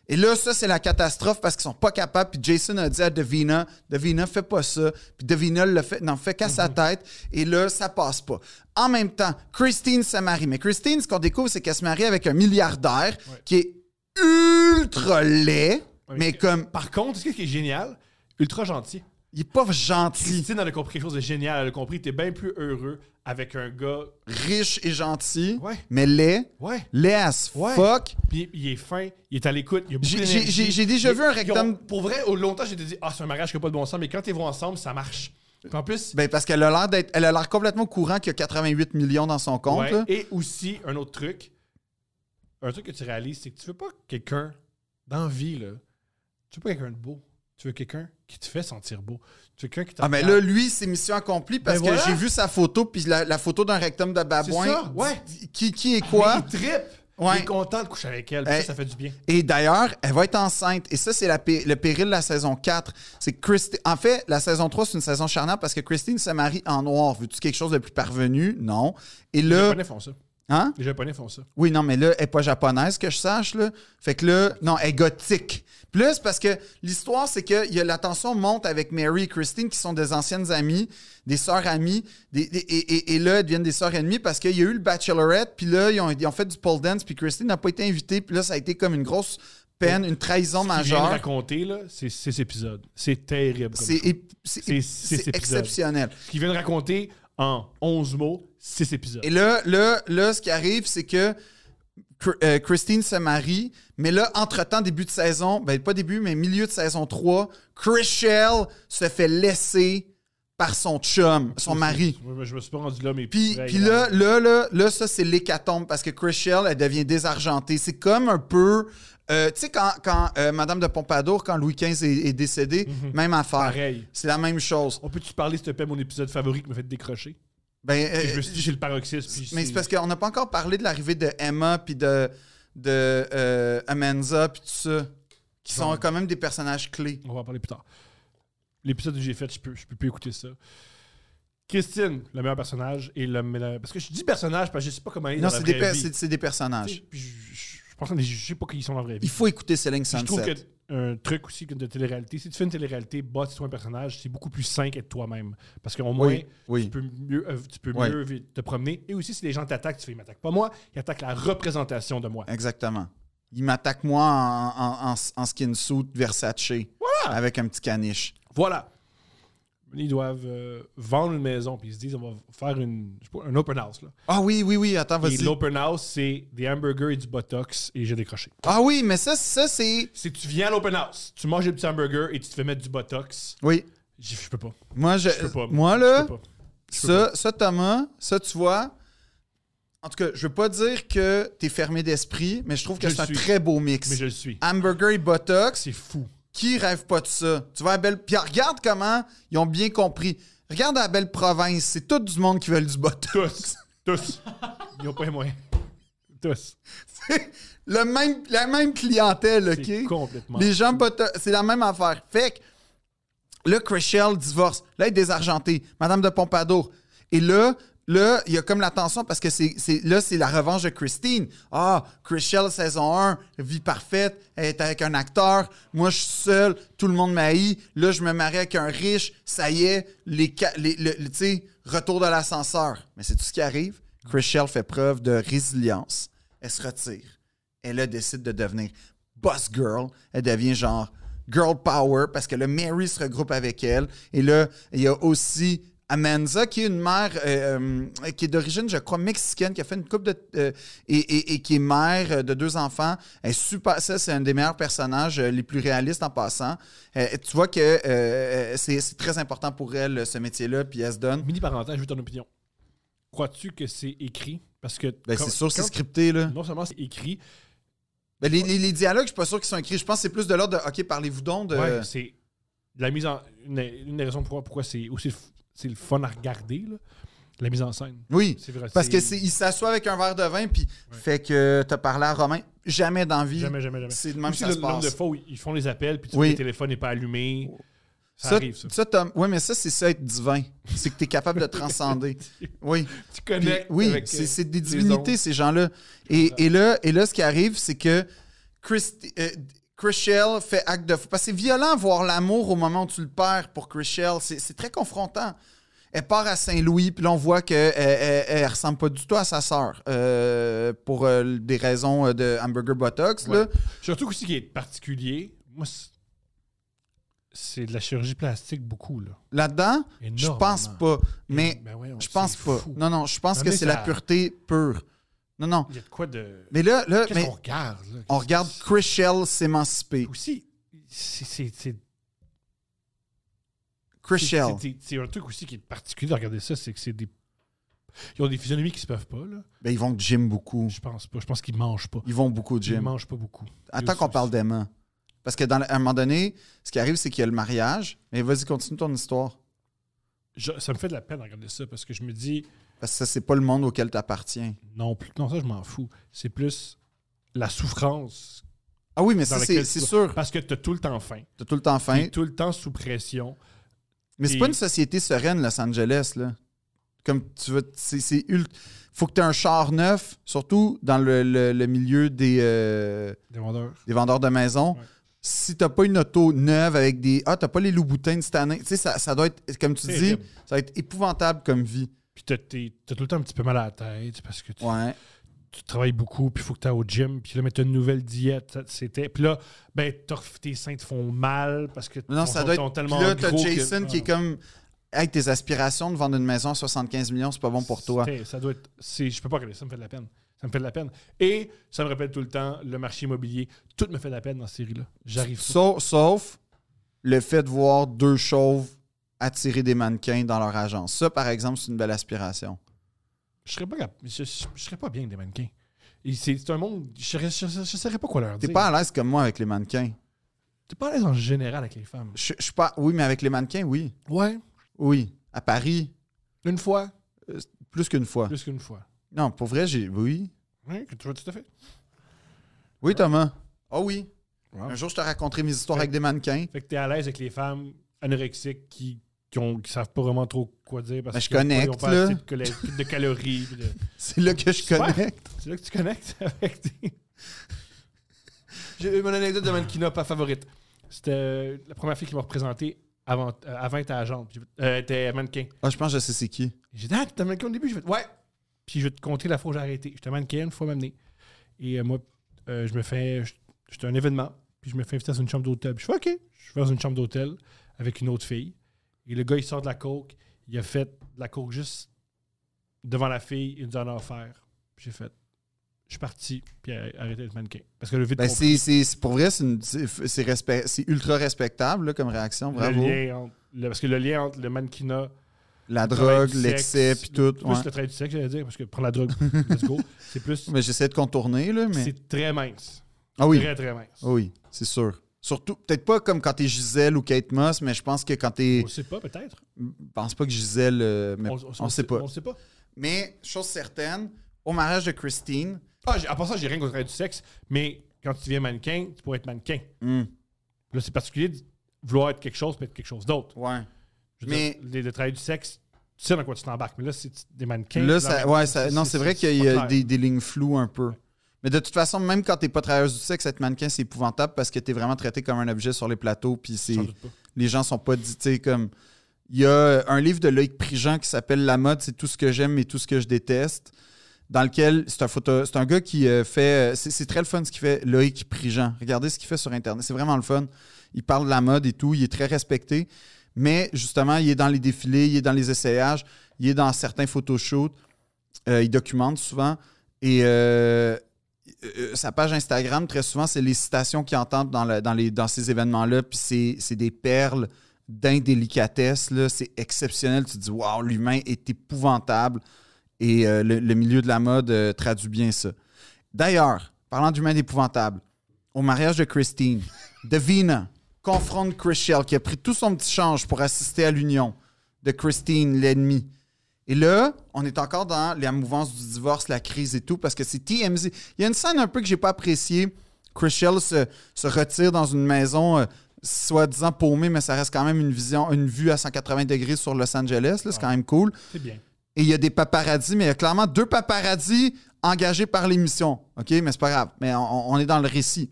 Et là, ça, c'est la catastrophe parce qu'ils sont pas capables. Puis Jason a dit à Devina, Devina, fais pas ça. Puis Devina le fait, n'en fait qu'à sa Mhm. tête. Et là, ça passe pas. En même temps, Christine se marie. Mais Christine, ce qu'on découvre, c'est qu'elle se marie avec un milliardaire qui est ultra laid, Ouais, mais que- comme, Par contre, ce qui est génial, ultra gentil. il est pas gentil. Christine, elle a compris quelque chose de génial. Elle a compris que t'es bien plus heureux avec un gars. Riche et gentil, Ouais. mais laid. Ouais. Laid as Ouais. fuck. Puis il est fin, il est à l'écoute, il a beaucoup J'ai- d'énergie. j'ai- j'ai déjà Ils- vu un ils rectum- ont- pour vrai, au longtemps, j'étais dit, ah, c'est un mariage qui n'a pas de bon sens, mais quand ils vont ensemble, ça marche. Puis en plus, Ben, parce qu'elle a l'air d'être. Elle a l'air complètement au courant qu'il y a 88 millions dans son compte. ouais, là. et aussi, un autre truc, un truc que tu réalises, c'est que tu veux pas quelqu'un dans la vie, là. Tu veux pas quelqu'un de beau. Tu veux quelqu'un qui te fait sentir beau. Tu veux quelqu'un qui te Ah, mais là, regarde. lui, c'est mission accomplie parce Ben que voilà. j'ai vu sa photo, puis la, la photo d'un rectum de babouin. C'est ça, Ah, ouais. Qui, qui est Mais quoi? il trippe. Ouais. Il est content de coucher avec elle. puis Hey. Euh. Ça, ça fait du bien. Et d'ailleurs, elle va être enceinte. Et ça, c'est la pé- le péril de la saison 4. C'est que Christi- En fait, la saison 3, c'est une saison charnelle parce que Christine se marie en noir. Veux-tu quelque chose de plus parvenu? Non. Et Les là. Japonais font ça. Hein? Les Japonais font ça. Oui, non, mais là, elle n'est pas japonaise, que je sache. Là. Fait que là, non, elle est gothique. Puis là, c'est parce que l'histoire, c'est que il y a, la tension monte avec Mary et Christine, qui sont des anciennes amies, des sœurs amies. des- des- et, et- et là, elles deviennent des sœurs ennemies parce qu'il y a eu le Bachelorette. Puis là, ils ont, ils ont fait du pole dance. Puis Christine n'a pas été invitée. Puis là, ça a été comme une grosse peine, une trahison Ce qu'il vient de majeure. raconter, là, c'est c'est cet épisode. C'est terrible. comme C'est chose. ép- c'est- C'est- c'est c'est cet épisode. exceptionnel. Ce qu'il vient de raconter en 11 mots, 6 épisodes. Et là, là, là, ce qui arrive, c'est que Cr- euh, Christine se marie, mais là, entre-temps, début de saison, ben pas début, mais milieu de saison 3, Chrishell se fait laisser par son chum, son mari. Je, me- je me suis pas rendu là, mais. hein. Puis, Ouais, puis il là, a- là, là, là, ça, c'est l'hécatombe parce que Chrishell, elle devient désargentée. C'est comme un peu. euh, tu sais, quand, quand euh, Madame de Pompadour, quand Louis XV est, est décédé, même affaire. Pareil. C'est la même chose. On peut-tu parler, s'il te plaît, mon épisode favori qui m'a fait décrocher Ben, euh, Je me suis dit, j'ai le paroxysme. puis Mais c'est parce qu'on n'a pas encore parlé de l'arrivée de Emma puis de, de euh, Amenza puis tout ça, qui sont quand même des personnages clés. On va en parler plus tard. L'épisode que j'ai fait, je peux, je peux plus écouter ça. Christine, le meilleur personnage. et le meilleur- Parce que je dis personnage parce que je sais pas comment il est non, dans la c'est vraie des, per- vie. c'est- c'est des Tu personnages. sais, puis Je je- je pense que je sais pas qu'ils sont dans la vraie vie. Ah, Il faut écouter Selling Puis Je trouve Sunset. qu'un truc aussi de télé-réalité, si tu fais une télé-réalité, bâtis-toi un personnage, c'est beaucoup plus sain qu'être toi-même. Parce qu'au moins, Oui, oui. tu peux mieux, euh, tu peux Ouais. mieux vi- te promener. Et aussi, si les gens t'attaquent, tu fais, ils m'attaquent pas moi, ils attaquent la représentation de moi. Exactement. Il m'attaque moi en, en- en- en skin suit Versace avec un petit caniche. Voilà. Ils doivent euh, vendre une maison, puis ils se disent, on va faire une, je sais pas, un open house. là. Ah oui, oui, oui, attends, Et vas-y. l'open house, c'est des hamburgers et du botox, et j'ai décroché. Ah oui, mais ça, ça c'est... Si tu viens à l'open house, tu manges des petits hamburgers et tu te fais mettre du botox, Oui, j'ai- je peux pas. moi, je, Je peux pas. moi Je là... peux pas. Je peux Ça, ça, Thomas, ça, tu vois. En tout cas, je veux pas dire que t'es fermé d'esprit, mais je trouve que Je c'est un le suis. très beau mix. Mais je le suis. Hamburger et Botox, C'est fou. Qui rêve pas de ça? Tu vois, à Belle. Puis regarde comment ils ont bien compris. Regarde à la Belle Province, c'est tout du monde qui veut du Botox. Tous. Tous. Ils n'ont pas les moyens. Tous. Le même, la même clientèle, OK? C'est complètement. Les gens botox, c'est la même affaire. Fait que là, Chrishell divorce. Là, il est désargenté. Madame de Pompadour. Et là, là, il y a comme la tension parce que c'est, c'est- là, c'est la revanche de Christine. Ah, Chrishell, saison 1, vie parfaite, elle est avec un acteur. Moi, je suis seul, tout le monde m'haït. Là, je me marie avec un riche. Ça y est, les, ca- les, le- le- tu sais, retour de l'ascenseur. Mais c'est tout ce qui arrive. Chrishell fait preuve de résilience. Elle se retire elle là, décide de devenir boss girl. Elle devient genre girl power parce que le Mary se regroupe avec elle. Et là, il y a aussi Amanza qui est une mère euh, euh, qui est d'origine, je crois, mexicaine, qui a fait une coupe de. euh, et, et- et qui est mère euh, de deux enfants. Elle est super. Ça, c'est un des meilleurs personnages euh, les plus réalistes en passant. Euh, tu vois que euh, euh, c'est c'est très important pour elle, ce métier-là, puis elle se donne. Mini parenthèse, je veux ton opinion. Crois-tu que c'est écrit? Parce que. Ben, quand- c'est sûr, c'est quand- scripté, là. Non seulement c'est écrit, Ben, les, les- les dialogues, je suis pas sûr qu'ils sont écrits. Je pense que c'est plus de l'ordre de OK, parlez-vous donc de. ouais, c'est la mise en. Une, une des raisons pourquoi, pourquoi c'est aussi f- c'est le fun à regarder, là, la mise en scène. oui. C'est vrai. Parce que c'est, il s'assoit avec un verre de vin, puis fait que t'as parlé à Romain. Jamais d'envie. Jamais, jamais, jamais. C'est de même que Aussi, ça le se nombre de passe. fois où ils font les appels, puis tu Oui. vois que le téléphone n'est pas allumé. Ça, arrive, ça. t'as- ouais, mais ça, c'est ça être divin. C'est que t'es capable de transcender. Oui. Tu Puis- connectes. oui, avec, c'est euh, c'est des les divinités, ondes. ces gens-là. Et, et là, et là, ce qui arrive, c'est que Chris, euh, Chris Shell fait acte de. Parce que c'est violent voir l'amour au moment où tu le perds pour Chris Shell. C'est c'est très confrontant. Elle part à Saint-Louis, puis là, on voit qu'elle elle, elle ressemble pas du tout à sa sœur euh, pour euh, des raisons euh, de hamburger botox. là. Ouais. Surtout aussi qui est particulier, moi, c'est- c'est de la chirurgie plastique beaucoup, là. Là-dedans, je Énormément. pense pas. Mais Ben ouais, on- je pense c'est pas. fou. Non, non, je pense Non, que mais c'est ça- la pureté pure. Non, non. Il y a de quoi de. Mais là, là Qu'est-ce mais qu'on regarde, là? on regarde Chris Shell s'émanciper. Aussi, c'est- c'est- c'est Chris C'est- Shell. c'est- C'est un truc aussi qui est particulier de regarder ça, c'est que c'est des. Ils ont des physionomies qui se peuvent pas, là. Ben, ils vont au gym beaucoup. Je pense pas. Je pense qu'ils mangent pas. Ils vont beaucoup au Ils gym. mangent pas beaucoup. Attends qu'on parle d'Emma. Parce que dans le- à un moment donné, ce qui arrive, c'est qu'il y a le mariage. Mais vas-y, continue ton histoire. Je- ça me fait de la peine de regarder ça parce que je me dis, Parce que ça, c'est pas le monde auquel tu appartiens. non, plus, non ça, je m'en fous. C'est plus la souffrance. Ah oui, mais Dans ça, c'est laquelle c'est tu sûr. Parce que t'as tout le temps faim. T'as tout le temps faim. T'es tout le temps sous pression. Mais c'est Et- pas une société sereine, Los Angeles, là. Comme tu veux. C'est c'est ult- Faut que tu aies un char neuf, surtout dans le, le- le milieu des, euh, Des vendeurs. des vendeurs de maison. Ouais. Si t'as pas une auto neuve avec des. Ah, t'as pas les Louboutins de cette année. Tu sais, ça, ça doit être. Comme tu dis, Terrible. ça va être épouvantable comme vie. Puis t'as t'es- t'as tout le temps un petit peu mal à la tête parce que tu, Ouais. tu travailles beaucoup, puis il faut que tu au gym, puis là, mais t'as une nouvelle diète, ça, c'était. Puis là, ben, t'as- tes seins te font mal parce que Non, ton- ça doit ton- être. tellement Puis là, t'as gros que- Ah. Jason qui est comme. Avec tes aspirations de vendre une maison à 75 millions, c'est pas bon pour toi. C'était- Ça doit être. c'est- Je peux pas regarder, ça me fait de la peine. Ça me fait de la peine. Et ça me rappelle tout le temps le marché immobilier. Tout me fait de la peine dans cette série-là. J'arrive pas. Sauf, sauf le fait de voir deux chauves attirer des mannequins dans leur agence. Ça, par exemple, c'est une belle aspiration. Je serais pas, cap- je, je- je serais pas bien avec des mannequins. Et C'est c'est un monde. Je serais- je- je- je saurais pas quoi leur T'es dire. pas à l'aise comme moi avec les mannequins. T'es pas à l'aise en général avec les femmes. Je je suis pas. Oui, mais avec les mannequins, oui. Ouais. Oui. À Paris, Une fois. plus qu'une fois. Plus qu'une fois. Non, pour vrai, j'ai. Oui. Oui, que tu vois tout à fait. Oui, Thomas. Ah oui. Wow. Un jour, je te raconterai mes histoires Fait- avec des mannequins. Fait que t'es à l'aise avec les femmes anorexiques qui, qui, ont, qui savent pas vraiment trop quoi dire parce Ben, je qu'ils ont pas- ils ont connecte, pas là. assez de, colla- de calories. puis de- C'est là que je Super. connecte. C'est là que tu connectes avec tes. J'ai eu mon anecdote de mannequinat pas favorite. C'était euh, la première fille qui m'a représenté avant, euh, avant elle était agente. Puis j'ai fait, Euh, elle était mannequin. Ah, je pense que je sais c'est qui. J'ai dit, ah, t'étais mannequin au début? J'ai fait, ouais. Puis je vais te compter la fois où j'ai arrêté. J'étais mannequin une fois m'amener. Et euh, moi, euh, je me fais. J'étais à un événement. Puis je me fais inviter dans une chambre d'hôtel. Puis je fais, OK. Je vais dans une chambre d'hôtel avec une autre fille. Et le gars, il sort de la coke. Il a fait de la coke juste devant la fille. Il nous en a offert. Puis j'ai fait, je suis parti. Puis elle a arrêté d'être mannequin. Parce que le vide Ben, c'est, c'est- c'est- pour vrai, c'est, une- c'est- c'est respect- c'est ultra respectable là, comme réaction. Bravo. Le lien entre- le- parce que le lien entre le mannequinat La le travail drogue, du sexe, l'excès, puis tout. Plus ouais. le travail du sexe, j'allais dire, parce que prendre la drogue, let's go. C'est plus. Mais j'essaie de contourner, là, mais. C'est très mince. Ah oui. Très, très mince. Ah oui, c'est sûr. Surtout, peut-être pas comme quand t'es Gisèle ou Kate Moss, mais je pense que quand On t'es. le sait pas, peut-être. Je pense pas que Gisèle. euh, mais on, sait pas. On le sait pas. Mais, chose certaine, au mariage de Christine, Ah, j'ai- à part ça, j'ai rien contre du sexe, mais quand tu deviens mannequin, tu pourrais être mannequin. hmm, Là, c'est particulier de vouloir être quelque chose puis être quelque chose d'autre. ouais. Je veux dire, Mais- les- le travail du sexe, tu sais dans quoi tu t'embarques, mais là, c'est des mannequins. Là, leur ça, mannequin, ouais, ça- non, c'est vrai qu'il y pas a clair. des, des lignes floues un peu. Mais de toute façon, même quand t'es pas travailleuse du sexe, être mannequin, c'est épouvantable parce que t'es vraiment traité comme un objet sur les plateaux. Puis c'est, Sans doute pas. les gens sont pas dit, tu sais, comme. Il y a un livre de Loïc Prigent qui s'appelle La mode, c'est tout ce que j'aime et tout ce que je déteste, dans lequel c'est un, photo, c'est un gars qui euh, fait. euh, C'est, c'est très le fun ce qu'il fait, Loïc Prigent. Regardez ce qu'il fait sur Internet, c'est vraiment le fun. Il parle de la mode et tout, il est très respecté, mais justement, il est dans les défilés, il est dans les essayages, il est dans certains photoshoots, euh, il documente souvent. Et euh, euh, sa page Instagram, très souvent, c'est les citations qu'il entend dans, la- dans, les, dans ces événements-là, puis c'est, c'est des perles d'indélicatesse. là. C'est exceptionnel. Tu te dis, waouh, l'humain est épouvantable. Et euh, le, le milieu de la mode euh, traduit bien ça. D'ailleurs, parlant d'humain épouvantable, au mariage de Christine, Davina confronte Chris Shell, qui a pris tout son petit change pour assister à l'union de Christine, l'ennemi. Et là, on est encore dans la mouvance du divorce, la crise et tout, parce que c'est TMZ. Il y a une scène un peu que j'ai pas appréciée. Chris Shell se, se retire dans une maison, euh, soi-disant paumée, mais ça reste quand même une vision, une vue à 180 degrés sur Los Angeles. là, C'est quand même cool. C'est bien. Et il y a des paparazzis, mais il y a clairement deux paparazzis engagés par l'émission. OK, mais c'est pas grave. Mais on, on est dans le récit.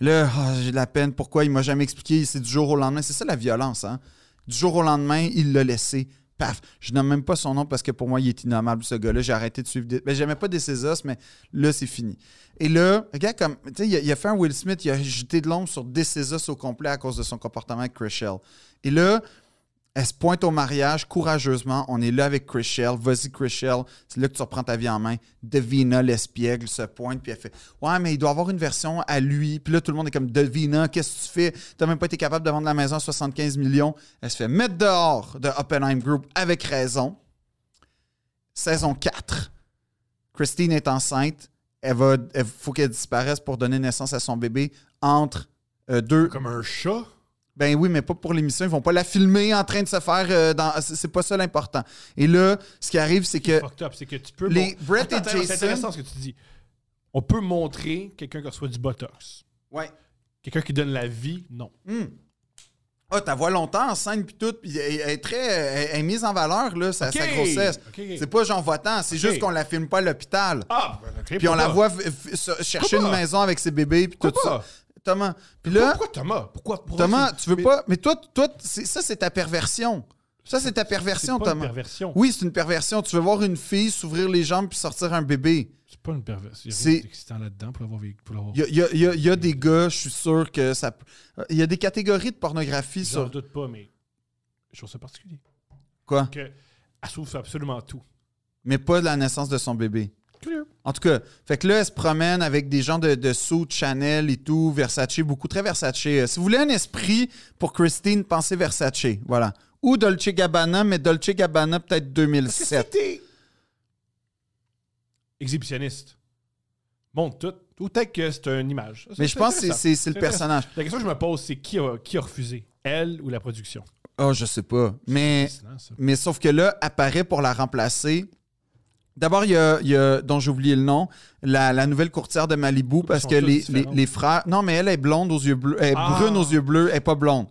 Là, ah, j'ai de la peine. Pourquoi il m'a jamais expliqué? C'est du jour au lendemain. C'est ça la violence, hein? Du jour au lendemain, il l'a laissé. Paf! Je nomme même pas son nom parce que pour moi, il est innommable, ce gars-là. J'ai arrêté de suivre. Des... Ben, j'aimais pas des Césos, mais là, c'est fini. Et là, regarde comme. Tu sais, il, a- il a fait un Will Smith, il a jeté de l'ombre sur des Césos au complet à cause de son comportement avec Chris Shell. Et là, elle se pointe au mariage courageusement. On est là avec Chris Shell. Vas-y, Chris Shell. C'est là que tu reprends ta vie en main. Devina, l'espiègle, se pointe. Puis elle fait Ouais, mais il doit avoir une version à lui. Puis là, tout le monde est comme Devina, qu'est-ce que tu fais T'as même pas été capable de vendre la maison à 75 millions. Elle se fait mettre dehors de Oppenheim Group avec raison. Saison 4. Christine est enceinte. Elle va, elle- faut qu'elle disparaisse pour donner naissance à son bébé entre euh, deux, Comme un chat. ben oui, mais pas pour l'émission. Ils vont pas la filmer en train de se faire euh, dans. c'est- C'est pas ça l'important. Et là, ce qui arrive, c'est que. Fucked up. C'est que tu peux. Les mon- Brett et Attends, attends, Jason- C'est intéressant ce que tu dis. On peut montrer quelqu'un qui reçoit du botox. Ouais. Hmm. Quelqu'un qui donne la vie, non. Ah, t'as vois longtemps en scène puis tout, puis elle, elle est très, elle, elle est mise en valeur là, sa, Ok. sa grossesse. Ok. C'est pas j'en vois tant, c'est juste qu'on la filme pas à l'hôpital. Ah, ben, ok, puis on pourquoi? la voit f- f- se- chercher Pourquoi une pas? maison avec ses bébés puis tout Pourquoi ça. pas? Thomas. Puis Pourquoi, là, pourquoi Thomas Pourquoi, pourquoi Thomas, c'est- tu veux mais pas. Mais toi, toi, c'est- ça c'est ta perversion. Ça c'est ta C'est perversion, pas une Thomas. perversion. Oui, c'est une perversion. Tu veux voir une fille s'ouvrir les jambes puis sortir un bébé. C'est pas une perversion. C'est C'est- excitant là-dedans pour l'avoir vécu. Pour l'avoir. Il y a, il y a- il y a- il y a des gars, je suis sûr que ça. Il y a des catégories de pornographie J'en sur. doute pas, mais je trouve ça particulier. Quoi Que elle s'ouvre sur absolument tout. Mais pas de la naissance de son bébé. Curieux. En tout cas, fait que là, elle se promène avec des gens de, de Sous, Chanel et tout, Versace, beaucoup, très Versace. Euh, Si vous voulez un esprit pour Christine, pensez Versace. Voilà. Ou Dolce Gabbana, mais Dolce Gabbana peut-être 2007. Exhibitionniste. Montre tout. Ou peut-être que c'est une image. Ça, Mais je pense que c'est- intéressant. c'est c'est le intéressant. personnage. La question que je me pose, c'est qui a, qui a refusé Elle ou la production Oh, je sais pas. Mais. Fascinant, ça. Mais sauf que là, apparaît pour la remplacer. D'abord, il y a, il y a- dont j'ai oublié le nom, la, la nouvelle courtière de Malibu, parce sont que tous les, les, différents. les frères. Non, mais elle est blonde aux yeux bleus. Elle est Ah. brune aux yeux bleus, elle n'est pas blonde.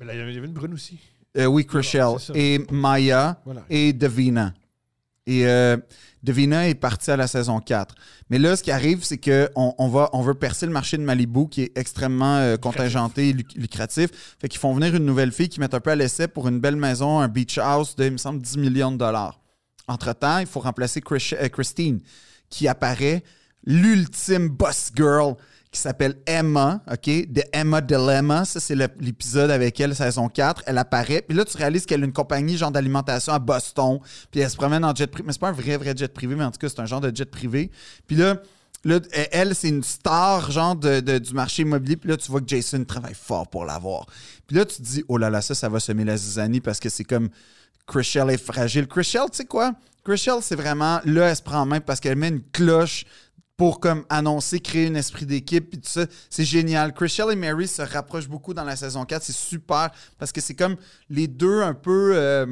Mais là, il y avait une brune aussi. Euh, oui, Chrishell. c'est ça. Et Maya Voilà. et Davina. Et euh, Davina est partie à la saison 4. Mais là, ce qui arrive, c'est qu'on on va, on veut percer le marché de Malibu qui est extrêmement euh, contingenté et luc- lucratif. Fait qu'ils font venir une nouvelle fille qui met un peu à l'essai pour une belle maison, un beach house de, il me semble, 10 millions de dollars. Entre-temps, il faut remplacer Chris- euh, Christine, qui apparaît, l'ultime boss girl, qui s'appelle Emma, OK? De Emma Dilemma. Ça, c'est le- l'épisode avec elle, saison 4. Elle apparaît. Puis là, tu réalises qu'elle a une compagnie genre d'alimentation à Boston. Puis elle se promène en jet privé. Mais c'est pas un vrai, vrai jet privé, mais en tout cas, c'est un genre de jet privé. Puis là... Là, elle- elle, c'est une star, genre, de- de- du marché immobilier. Puis là, tu vois que Jason travaille fort pour l'avoir. Puis là, tu te dis, oh là là, ça, ça va semer la zizanie parce que c'est comme Chris Shell est fragile. Chris Shell, tu sais quoi? Chris Shell, c'est vraiment là, elle se prend en main parce qu'elle met une cloche pour comme annoncer, créer un esprit d'équipe puis tout ça. C'est génial. Chrishell et Mary se rapprochent beaucoup dans la saison 4. C'est super parce que c'est comme les deux un peu. euh,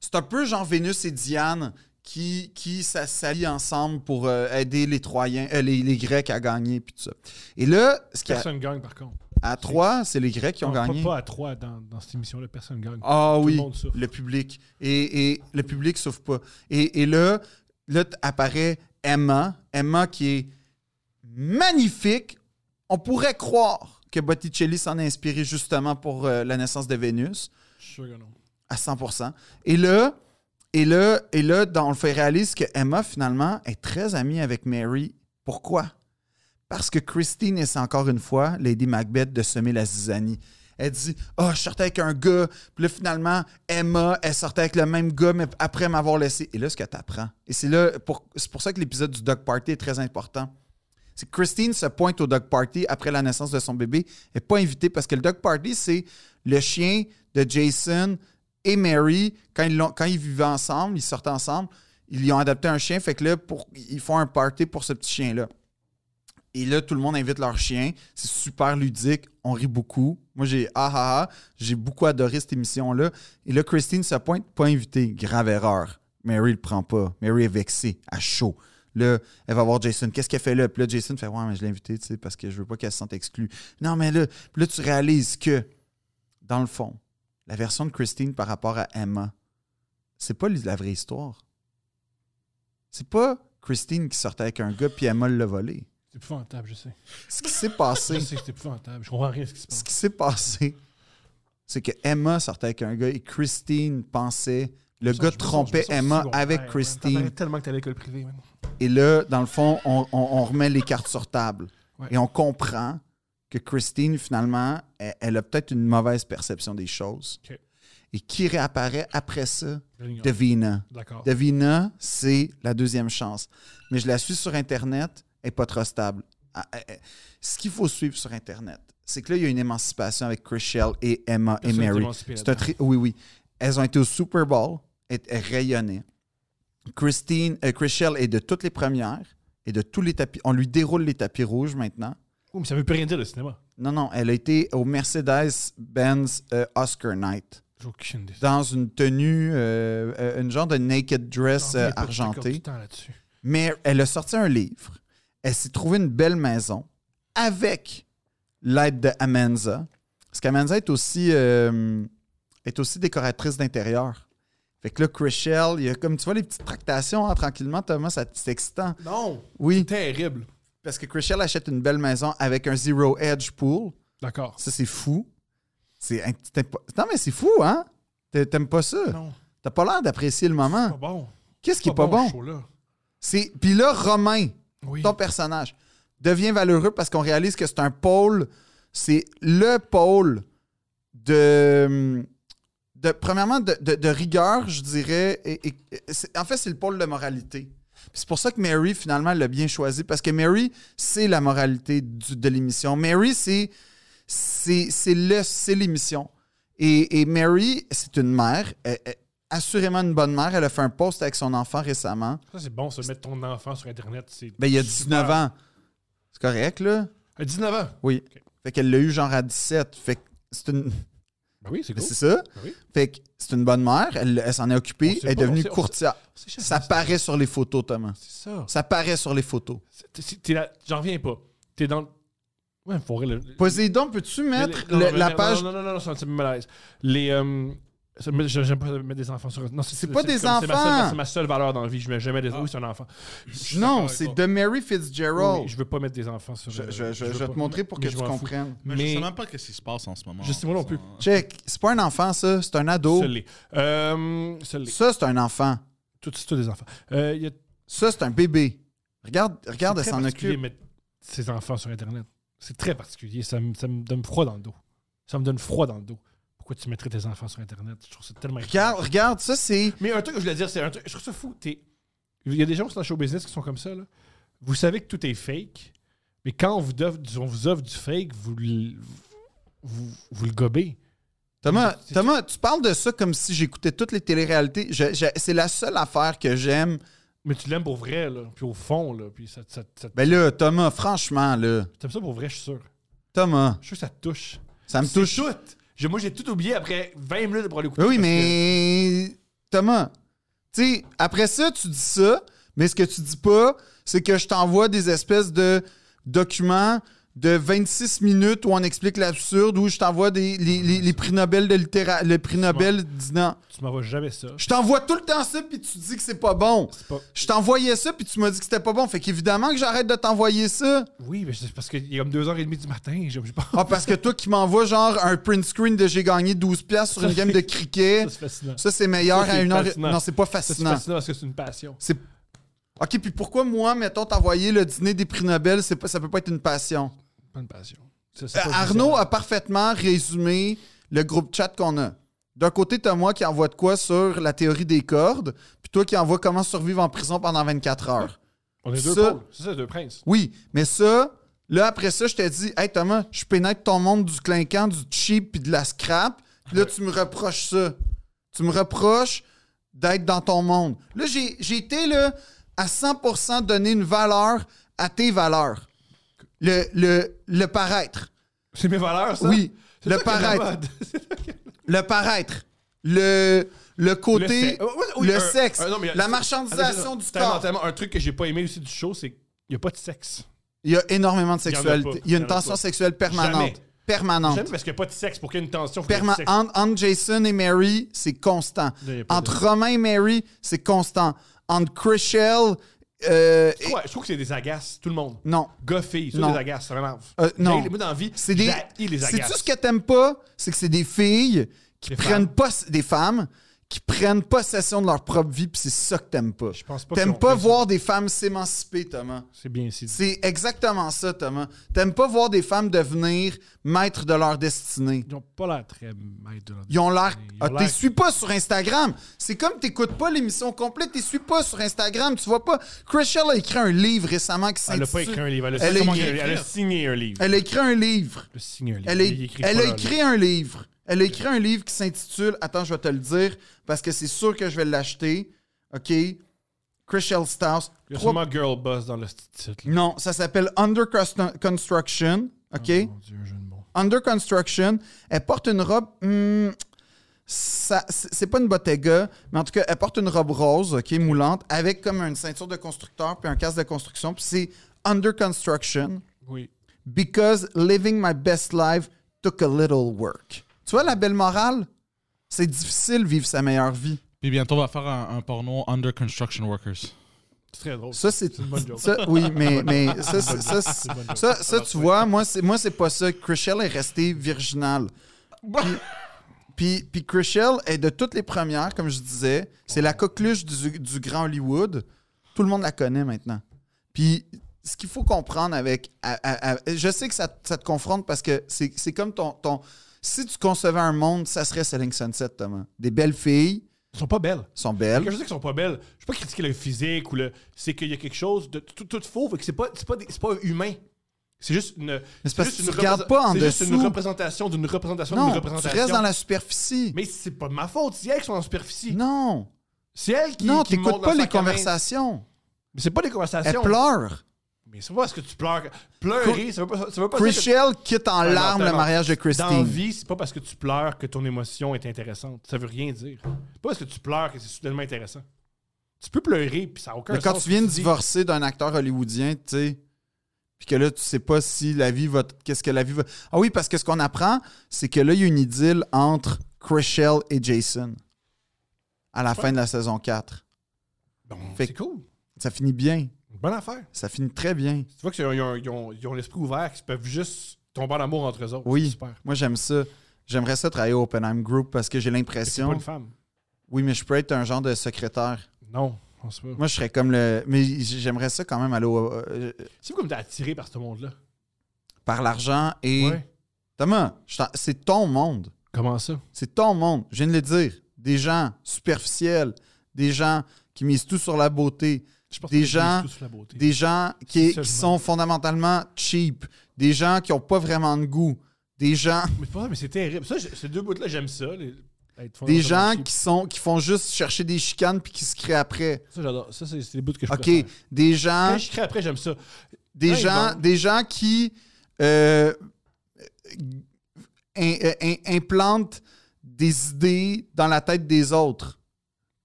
c'est un peu genre Vénus et Diane qui, qui s- s'allient ensemble pour euh, aider les Troyens, euh, les, les Grecs à gagner puis tout ça. Et là, ce qu'il y a Personne gagne, par contre. à 3, c'est les Grecs qui ont Non, pas- gagné. Pas à trois dans, dans cette émission-là, personne gagne. Ah Tout oui, le monde souffre. le public. Et, et le public souffre pas. Et, et là, là t- apparaît Emma. Emma qui est magnifique. On pourrait croire que Botticelli s'en est inspiré justement pour euh, la naissance de Vénus Je suis sûr que non. à 100%. Et là, et là, et là, dans- on le fait réaliser que Emma, finalement, est très amie avec Mary. Pourquoi? Parce que Christine essaie encore une fois, Lady Macbeth, de semer la zizanie. Elle dit Ah, je sortais avec un gars. Puis là, finalement, Emma, elle sortait avec le même gars, mais après m'avoir laissé. Et là, ce que tu apprends. Et c'est là, pour, c'est pour ça que l'épisode du Dog Party est très important. C'est que Christine se pointe au dog party après la naissance de son bébé. Elle n'est pas invitée parce que le dog party, c'est le chien de Jason et Mary. Quand ils, l'ont- quand ils vivaient ensemble, ils sortaient ensemble, ils lui ont adopté un chien. Fait que là, pour, ils font un party pour ce petit chien-là. Et là, tout le monde invite leur chien. C'est super ludique. On rit beaucoup. Moi, j'ai ah ah ah. J'ai beaucoup adoré cette émission-là. Et là, Christine se pointe, pas invitée. Grave erreur. Mary le prend pas. Mary est vexée, à chaud. Là, elle va voir Jason. Qu'est-ce qu'elle fait là? Puis là, Jason fait Ouais, mais je l'ai invitée, tu sais, parce que je veux pas qu'elle se sente exclue. Non, mais là, puis là, tu réalises que, dans le fond, la version de Christine par rapport à Emma, c'est pas la vraie histoire. C'est pas Christine qui sortait avec un gars, puis Emma l'a volé C'est épouvantable, je sais. ce qui s'est Je passé, sais que c'est épouvantable. Je comprends rien à ce qui se ce passe. qui s'est passé, c'est que Emma sortait avec un gars et Christine pensait le Ça, gars je me sens- trompait je me sens Emma secondaire, avec man. Christine. T'apparaît tellement que t'es à l'école privée, man. Et là, dans le fond, on, on- on remet les cartes sur table. Ouais. Et on comprend que Christine, finalement, elle, elle a peut-être une mauvaise perception des choses. Ok. Et qui réapparaît après ça? Je l'ignore. Devina. D'accord. Davina, c'est la deuxième chance. Mais je la suis sur Internet, elle n'est pas trop stable. Ah, ah, ah. Ce qu'il faut suivre sur Internet, c'est que là, il y a une émancipation avec Chris Shell et Emma Personne et n'est Mary. émancipé C'est un là-dedans. tri- oui, oui. Elles ont été au Super Bowl, elles, elles rayonnaient. Christine, euh, Chris Shell est de toutes les premières et de tous les tapis. On lui déroule les tapis rouges maintenant. Oh, mais ça veut plus rien dire, le cinéma. Non, non, elle a été au Mercedes-Benz euh, Oscar Night J'ai aucune idée. dans une tenue, euh, euh, une genre de naked dress euh, J'en reviens pas, je t'accorde argentée. du temps là-dessus. Mais elle a sorti un livre. Elle s'est trouvée une belle maison avec l'aide de Amenza. Parce qu'Amenza est aussi, euh, est aussi décoratrice d'intérieur. Fait que là, Chrishell, il y a comme tu vois les petites tractations hein, tranquillement, Thomas, ça- c'est excitant. Non, Oui, terrible. parce que Chrishell achète une belle maison avec un zero edge pool. D'accord. Ça, c'est fou. C'est un- t'aimes pas- Non, mais c'est fou, hein? T'a- T'aimes pas ça? Non, T'as pas l'air d'apprécier le c'est moment. pas bon. Qu'est-ce qui est pas bon? ce show-là. C'est Puis là, Romain, Oui. ton personnage devient valeureux parce qu'on réalise que c'est un pôle, c'est le pôle de, de premièrement, de, de- de rigueur, je dirais. et- et- et c'est- en fait, c'est le pôle de moralité. Puis C'est pour ça que Mary, finalement, l'a bien choisi parce que Mary, c'est la moralité du- de l'émission. Mary, c'est c'est c'est le- c'est l'émission. Et, et Mary, c'est une mère, elle- elle- assurément une bonne mère. Elle a fait un post avec son enfant récemment. Ça, c'est bon, se mettre ton enfant sur Internet. c'est Ben, il y a super. 19 ans. C'est correct, là? À 19 ans. Oui. Ok. Fait qu'elle l'a eu genre à 17. Fait que c'est une. Ben oui, c'est ben, cool. c'est ça? Ben oui. Fait que c'est une bonne mère. Elle, elle s'en est On occupée. sait Elle est pas, on devenue sait- on courtière. C'est Ça paraît sur les photos, Thomas. C'est ça. Ça paraît sur les photos. C'est- t'es- t'es là- J'en reviens pas. T'es dans. le- Ouais, faut rire, le- Poséidon, peux-tu Mais mettre les- non, le- non, la mais- page. Non, non, non, non, ça ça me met mal à l'aise. Les. euh, ça me- je- J'aime pas mettre des enfants sur. Non, C'est pas des comme- c'est ma seule- enfants. C'est ma seule valeur dans la vie. Je mets jamais des. Oui, c'est un enfant. Je suis d'accord Non, avec c'est toi. de Mary Oui, Fitzgerald. je veux pas mettre des enfants sur. je, euh, je- je- je veux vais pas. te montrer pour que Mais tu je m'en fous. comprennes. Mais, je Mais- sais même pas ce qui se passe en ce moment. Je sais moi non plus. Check. C'est pas un enfant, ça. C'est un ado. Ça l'est. Euh, ça l'est. Ça, c'est un enfant. Tout- Tous des enfants. Euh, Il y a Ça, c'est un bébé. Regarde, regarde, elle C'est très s'en particulier occupe. mettre ses enfants sur Internet. C'est très particulier. Ça me, ça me donne froid dans le dos. Ça me donne froid dans le dos. Pourquoi tu mettrais tes enfants sur Internet? Je trouve ça tellement... Regarde, regarde, ça, c'est. Mais un truc que je voulais dire, c'est un truc... Je trouve ça fou. T'es- Il y a des gens dans le show business qui sont comme ça. là. Vous savez que tout est fake, mais quand on vous offre, on vous offre du fake, vous, le- vous, vous le gobez. Thomas, C'est- Thomas, tu parles de ça comme si j'écoutais toutes les téléréalités. Je- je- c'est la seule affaire que j'aime Mais tu l'aimes pour vrai, là. Puis au fond, là. Puis ça, ça, ça- Ben là, Thomas, franchement, là, t'aimes ça pour vrai, je suis sûr. Thomas, Je suis sûr que ça te touche. ça me C'est touche. tout. Je- moi, j'ai tout oublié après 20 minutes pour aller écouter. Oui, oui, parce mais Thomas, tu sais, après ça, tu dis ça, mais ce que tu dis pas, c'est que je t'envoie des espèces de documents de 26 minutes où on explique l'absurde, où je t'envoie des, les, les- les prix Nobel de littérature, le prix Nobel disant. que Tu m'envoies jamais ça. Je t'envoie tout le temps ça, puis tu dis que c'est pas bon. C'est pas- Je t'envoyais ça, puis tu m'as dit que c'était pas bon. Fait qu'évidemment que j'arrête de t'envoyer ça. Oui, mais c'est parce qu'il est comme 2h30 du matin. Je, je pense Ah, parce que toi qui m'envoies genre un print screen de j'ai gagné 12$ piastres sur une game de cricket, que c'est fascinant. ça c'est meilleur Ça, c'est à une heure. fascinant. Non, c'est pas Ça, c'est fascinant. fascinant parce que c'est une passion. C'est. Ok, puis pourquoi moi, mettons, t'envoyer le dîner des prix Nobel, c'est pas, ça peut pas être une passion? Pas une passion. Ça, c'est Euh, pas une Arnaud passion. a parfaitement résumé le groupe chat qu'on a. D'un côté, t'as moi qui envoie de quoi sur la théorie des cordes, puis toi qui envoie comment survivre en prison pendant 24 heures. On est deux ça- pôles. C'est ça, deux princes. Oui, mais ça, là, après ça, je t'ai dit, hey Thomas, je pénètre ton monde du clinquant, du cheap puis de la scrap. Puis là, tu me reproches ça. Tu me reproches d'être dans ton monde. Là, j'ai j'ai été là, à 100% donner une valeur à tes valeurs. Le, le, le paraître. C'est mes valeurs, ça? Oui, C'est le ça qui est la paraître. mode. C'est ça qui est- Le paraître. Le, le côté. sexe. Oh, oui, oui, le un- sexe, un- non, mais- la c'est- marchandisation attends, du c'est tellement- corps. tellement- un truc que j'ai pas aimé aussi du show, c'est qu'il n'y a pas de sexe. Il y a énormément de Il y en a sexualité. pas. Il y a Il y une en a tension pas. sexuelle permanente. Jamais. Permanente. J'aime parce qu'il n'y a pas de sexe. Pour qu'il y ait une tension, il faut qu'il y ait du Perma- sexe. en- entre Jason et Mary, c'est constant. Là, y a pas Entre Romain et Mary, c'est constant. Entre Chrishell, euh, Je trouve- je trouve que c'est des agaces, tout le monde. et- non. Gars, filles, ça Non. des agaces, ça m'énerve. Euh, non. J'ai- Moi, dans la vie, C'est des. j'haïs les C'est agaces. tout ce que t'aimes pas, c'est que c'est des filles qui Des prennent femmes. pas des femmes qui prennent possession de leur propre vie, puis c'est ça que t'aimes pas. Je pense pas T'aimes qu'on pas fait ça. voir des femmes s'émanciper, Thomas. C'est bien ici. C'est exactement ça, Thomas. T'aimes pas voir des femmes devenir maîtres de leur destinée. Ils n'ont pas l'air très maîtres de leur Ils ont l'air. Ils ont Ah, l'air- t'es suis pas sur Instagram. C'est comme t'écoutes pas l'émission complète, t'es suis pas sur Instagram, tu vois pas. Chrishell a écrit un livre récemment qui Elle s'intitule. n'a pas écrit un livre. Elle a, Elle a comment écrit- elle a- elle a signé un livre. Elle a écrit un livre. Elle a signé un livre. Elle a, Il écrit elle pas a leur écrit livre. un livre. Elle a écrit un livre qui s'intitule. Attends, je vais te le dire parce que c'est sûr que je vais l'acheter. OK? Chrishell Staus. Il y a Trois- sûrement Girl Boss dans le petit titre. là. Non, ça s'appelle Under Constru- Construction. OK? Oh, Mon Dieu, je ne bon. Under Construction. Elle porte une robe. hmm, ça- c'est c'est pas une Bottega, mais en tout cas, elle porte une robe rose, OK, moulante, avec comme une ceinture de constructeur puis un casque de construction. Puis c'est Under Construction. Oui. Because living my best life took a little work. Tu vois la belle morale? C'est difficile vivre sa meilleure vie. Puis bientôt, on va faire un, un porno Under Construction Workers. C'est très drôle. Ça, c'est. une bonne joke. ça- oui, mais, mais ça, c'est- ça, c'est- une bonne joke. ça, ça, tu vois, moi, c'est, moi, c'est pas ça. Chrishell est resté virginal. Puis- Puis, puis Chrishell est de toutes les premières, comme je disais. C'est la coqueluche du, du grand Hollywood. Tout le monde la connaît maintenant. Puis, ce qu'il faut comprendre avec. à- à- à- je sais que ça, te- ça te confronte parce que c'est c'est comme ton, ton. Si tu concevais un monde, ça serait Selling Sunset, Thomas. Des belles filles Elles sont pas belles. sont Quand belles. je dis qu'elles sont pas belles, je peux pas critiquer le physique ou le. C'est qu'il y a quelque chose de tout, tout faux, fait que c'est pas, c'est pas, des- c'est pas humain. C'est juste une. c'est parce juste que une tu regardes représent- pas en C'est juste une dessous. représentation d'une représentation d'une Non, tu représentation. restes dans la superficie. Mais c'est pas de ma faute. C'est elles qui sont en superficie. Non, C'est elles qui. non, qui t'écoutes montent pas leur les sac à main. conversations. Mais c'est pas des Elle conversations. pleure. Mais c'est pas parce que tu pleures. Pleurer, ça veut pas, ça veut pas dire. que- Chrishell quitte en Alors, larmes le attends, mariage de Dans la Christine. vie, c'est pas parce que tu pleures que ton émotion est intéressante. Ça veut rien dire. C'est pas parce que tu pleures que c'est soudainement intéressant. Tu peux pleurer, puis ça n'a aucun Mais quand sens tu viens de dis- divorcer d'un acteur hollywoodien, tu sais, puis que là, tu sais pas si la vie va. t- Qu'est-ce que la vie va. Ah oui, parce que ce qu'on apprend, c'est que là, il y a une idylle entre Chrishell et Jason à la fin de la saison 4. Bon, Fait c'est cool. Ça finit bien. Une bonne affaire. Ça finit très bien. Tu vois qu'ils ont, ils ont- ils ont- ils ont l'esprit ouvert, qu'ils peuvent juste tomber en amour entre eux autres. Oui. C'est super. Moi, j'aime ça. J'aimerais ça travailler au Oppenheim Group parce que j'ai C'est l'impression. pas une femme. Oui, mais je peux être un genre de secrétaire. Non, je pense pas. Moi, je serais comme le. Mais j'aimerais ça quand même aller au- euh, C'est comme t'es attiré par ce monde-là. par l'argent et. Thomas, je t'en- c'est ton monde. Comment ça? C'est ton monde. Je viens de le dire. Des gens superficiels, des gens qui misent tout sur la beauté, Je pense Des que c'est gens- tout sur la beauté. des gens qui, Seulement. qui sont fondamentalement cheap, des gens qui n'ont pas vraiment de goût, des gens. Mais, c'est pas vrai, mais c'est terrible. Ça, j'ai- ces deux bouts-là, j'aime ça. les- Des gens qui, sont, qui font juste chercher des chicanes puis qui se créent après. Ça, j'adore. Ça, c'est c'est les bouts que je OK. Hein? préfère. Des gens, Quand je crée après, j'aime ça. des Ouais, gens, bon. des gens qui euh, in- euh, in- implantent des idées dans la tête des autres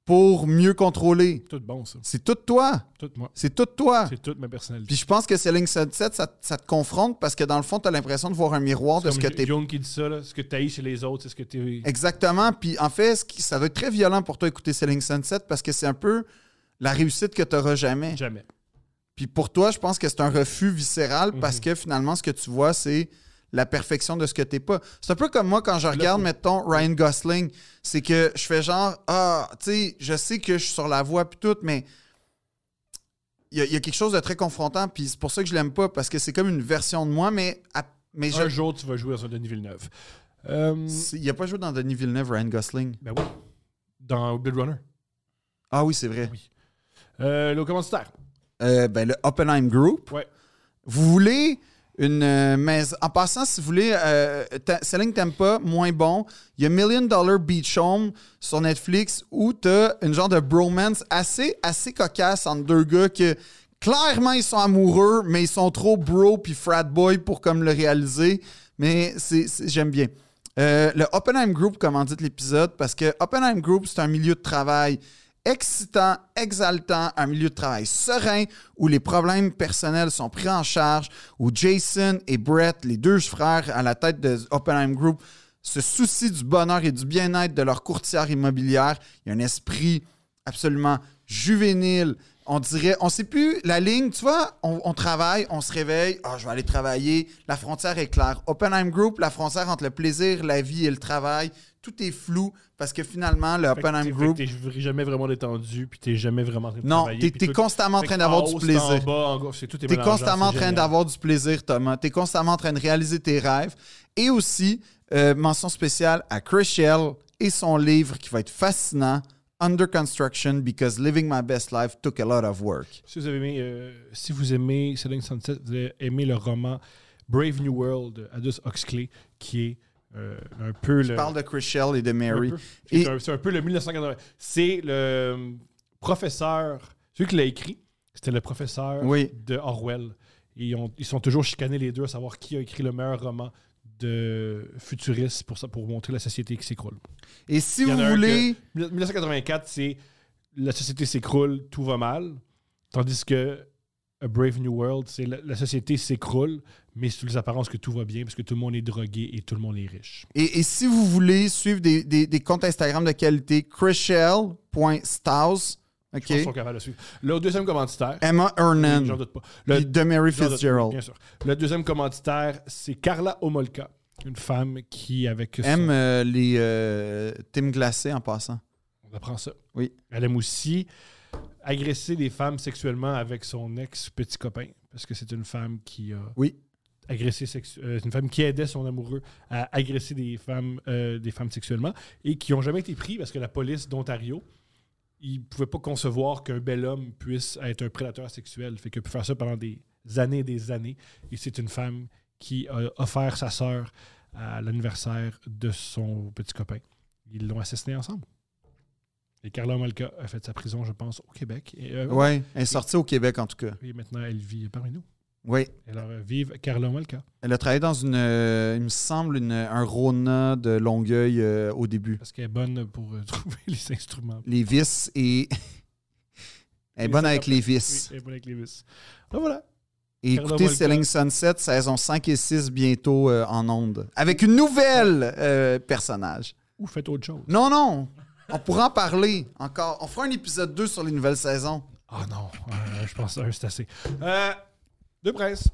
pour mieux contrôler. Tout bon, ça. C'est tout toi. Tout moi. C'est tout toi. C'est toute ma personnalité. Puis je pense que Selling Sunset, ça, ça te confronte parce que dans le fond, tu as l'impression de voir un miroir de ce Comme que t'es Jung qui dit ça, là, ce que t'haïs chez les autres, c'est ce que t'es. Exactement. Puis en fait, ce qui- ça doit être très violent pour toi écouter Selling Sunset parce que c'est un peu la réussite que tu n'auras jamais. Jamais. Puis pour toi, je pense que c'est un refus viscéral parce que finalement, ce que tu vois, c'est la perfection de ce que t'es pas. C'est un peu comme moi quand je regarde, mettons, Ryan Gosling. C'est que je fais genre, ah, tu sais, je sais que je suis sur la voie puis tout, mais il y, a- il y a quelque chose de très confrontant. Puis c'est pour ça que je l'aime pas parce que c'est comme une version de moi, mais, à- mais je- Un jour, tu vas jouer à Denis Villeneuve. Euh, c'est- il a pas joué dans Denis Villeneuve, Ryan Gosling. ben oui. Dans Blade Runner. Ah oui, c'est vrai. Euh, le commanditaire. Euh, ben, le Oppenheim Group. Ouais. Vous voulez une euh, maison. En passant, si vous voulez, euh, Ta- Selling Tempa, moins bon. Il y a Million Dollar Beach Home sur Netflix où tu as une genre de bromance assez, assez cocasse entre deux gars que clairement ils sont amoureux, mais ils sont trop bro puis frat boy pour comme le réaliser. Mais c'est- c'est- j'aime bien. Euh, le Oppenheim Group commandite l'épisode parce que Oppenheim Group, c'est un milieu de travail excitant, exaltant, un milieu de travail serein où les problèmes personnels sont pris en charge, où Jason et Brett, les deux frères à la tête de Oppenheim Group, se soucient du bonheur et du bien-être de leur courtière immobilière. Il y a un esprit absolument juvénile. On dirait, on sait plus la ligne, tu vois, on, on travaille, on se réveille, ah, je vais aller travailler, la frontière est claire. Oppenheim Group, la frontière entre le plaisir, la vie et le travail, tout est flou parce que finalement, le Fait que Oppenheim t'es- Group... fait que T'es jamais vraiment détendu, puis t'es jamais vraiment en train de Non, travailler, t'es puis t'es tout- constamment en Fait train que d'avoir en du haut, c'est plaisir. En bas, en gauche, c'est tout est T'es mélangeant, constamment en c'est train génial. d'avoir du plaisir, Thomas. T'es constamment en train de réaliser tes rêves. Et aussi, euh, mention spéciale à Chris Shell et son livre qui va être fascinant, Under Construction, because living my best life took a lot of work. Si vous avez aimé, euh, si vous aimez Selling Sunset, vous allez aimer le roman Brave New World de Aldous Huxley, qui est euh, un peu Je le. parle de Chris Shell et de Mary. un peu. Et- C'est un- c'est un, peu le 1980. C'est le euh, professeur, celui qui l'a écrit, c'était le professeur Oui. de Orwell. Et ils, ont- ils sont toujours chicanés les deux à savoir qui a écrit le meilleur roman de futuriste pour, ça, pour montrer la société qui s'écroule. Et si Il y en vous a un voulez. que- 1984, c'est la société s'écroule, tout va mal. Tandis que A Brave New World, c'est la, la société s'écroule, mais sous les apparences que tout va bien parce que tout le monde est drogué et tout le monde est riche. Et, et si vous voulez suivre des, des- des comptes Instagram de qualité, chrisshell.staus, Je pense qu'ils sont OK, capables de suivre. Le deuxième commanditaire, Emma Ernan, j'en doute pas. Le, et de Mary j'en doute- Fitzgerald. bien sûr. Le deuxième commanditaire, c'est Carla Omolka, une femme qui, avec son- aime euh, les euh, Tim Glacé en passant. On apprend ça. Oui. Elle aime aussi agresser des femmes sexuellement avec son ex-petit copain, parce que c'est une femme qui a Oui. agressé sexu- euh, c'est une femme qui aidait son amoureux à agresser des femmes, euh, des femmes sexuellement et qui n'ont jamais été pris parce que la police d'Ontario, ils ne pouvaient pas concevoir qu'un bel homme puisse être un prédateur sexuel. Fait que peut faire ça pendant des années et des années. Et c'est une femme qui a offert sa sœur à l'anniversaire de son petit copain. Ils l'ont assassiné ensemble. Et Carla Malka a fait sa prison, je pense, au Québec. Et, euh, Oui, elle est sortie au Québec en tout cas. et maintenant, elle vit parmi nous. Oui. Alors, euh, vive Carla Malka. Elle a travaillé dans une, euh, il me semble, une, un Rona de Longueuil euh, au début. Parce qu'elle est bonne pour euh, trouver les instruments. Les vis et. elle est bonne avec les Oui, vis. elle est bonne avec les vis. Donc voilà. Et Carla écoutez Volca. Selling Sunset, saison 5 et 6 bientôt euh, en onde. Avec une nouvelle euh, personnage. Ou faites autre chose. Non, non! On pourra en parler encore. On fera un épisode 2 sur les nouvelles saisons. Ah non, euh, je pense que un, c'est assez. Euh, deux princes.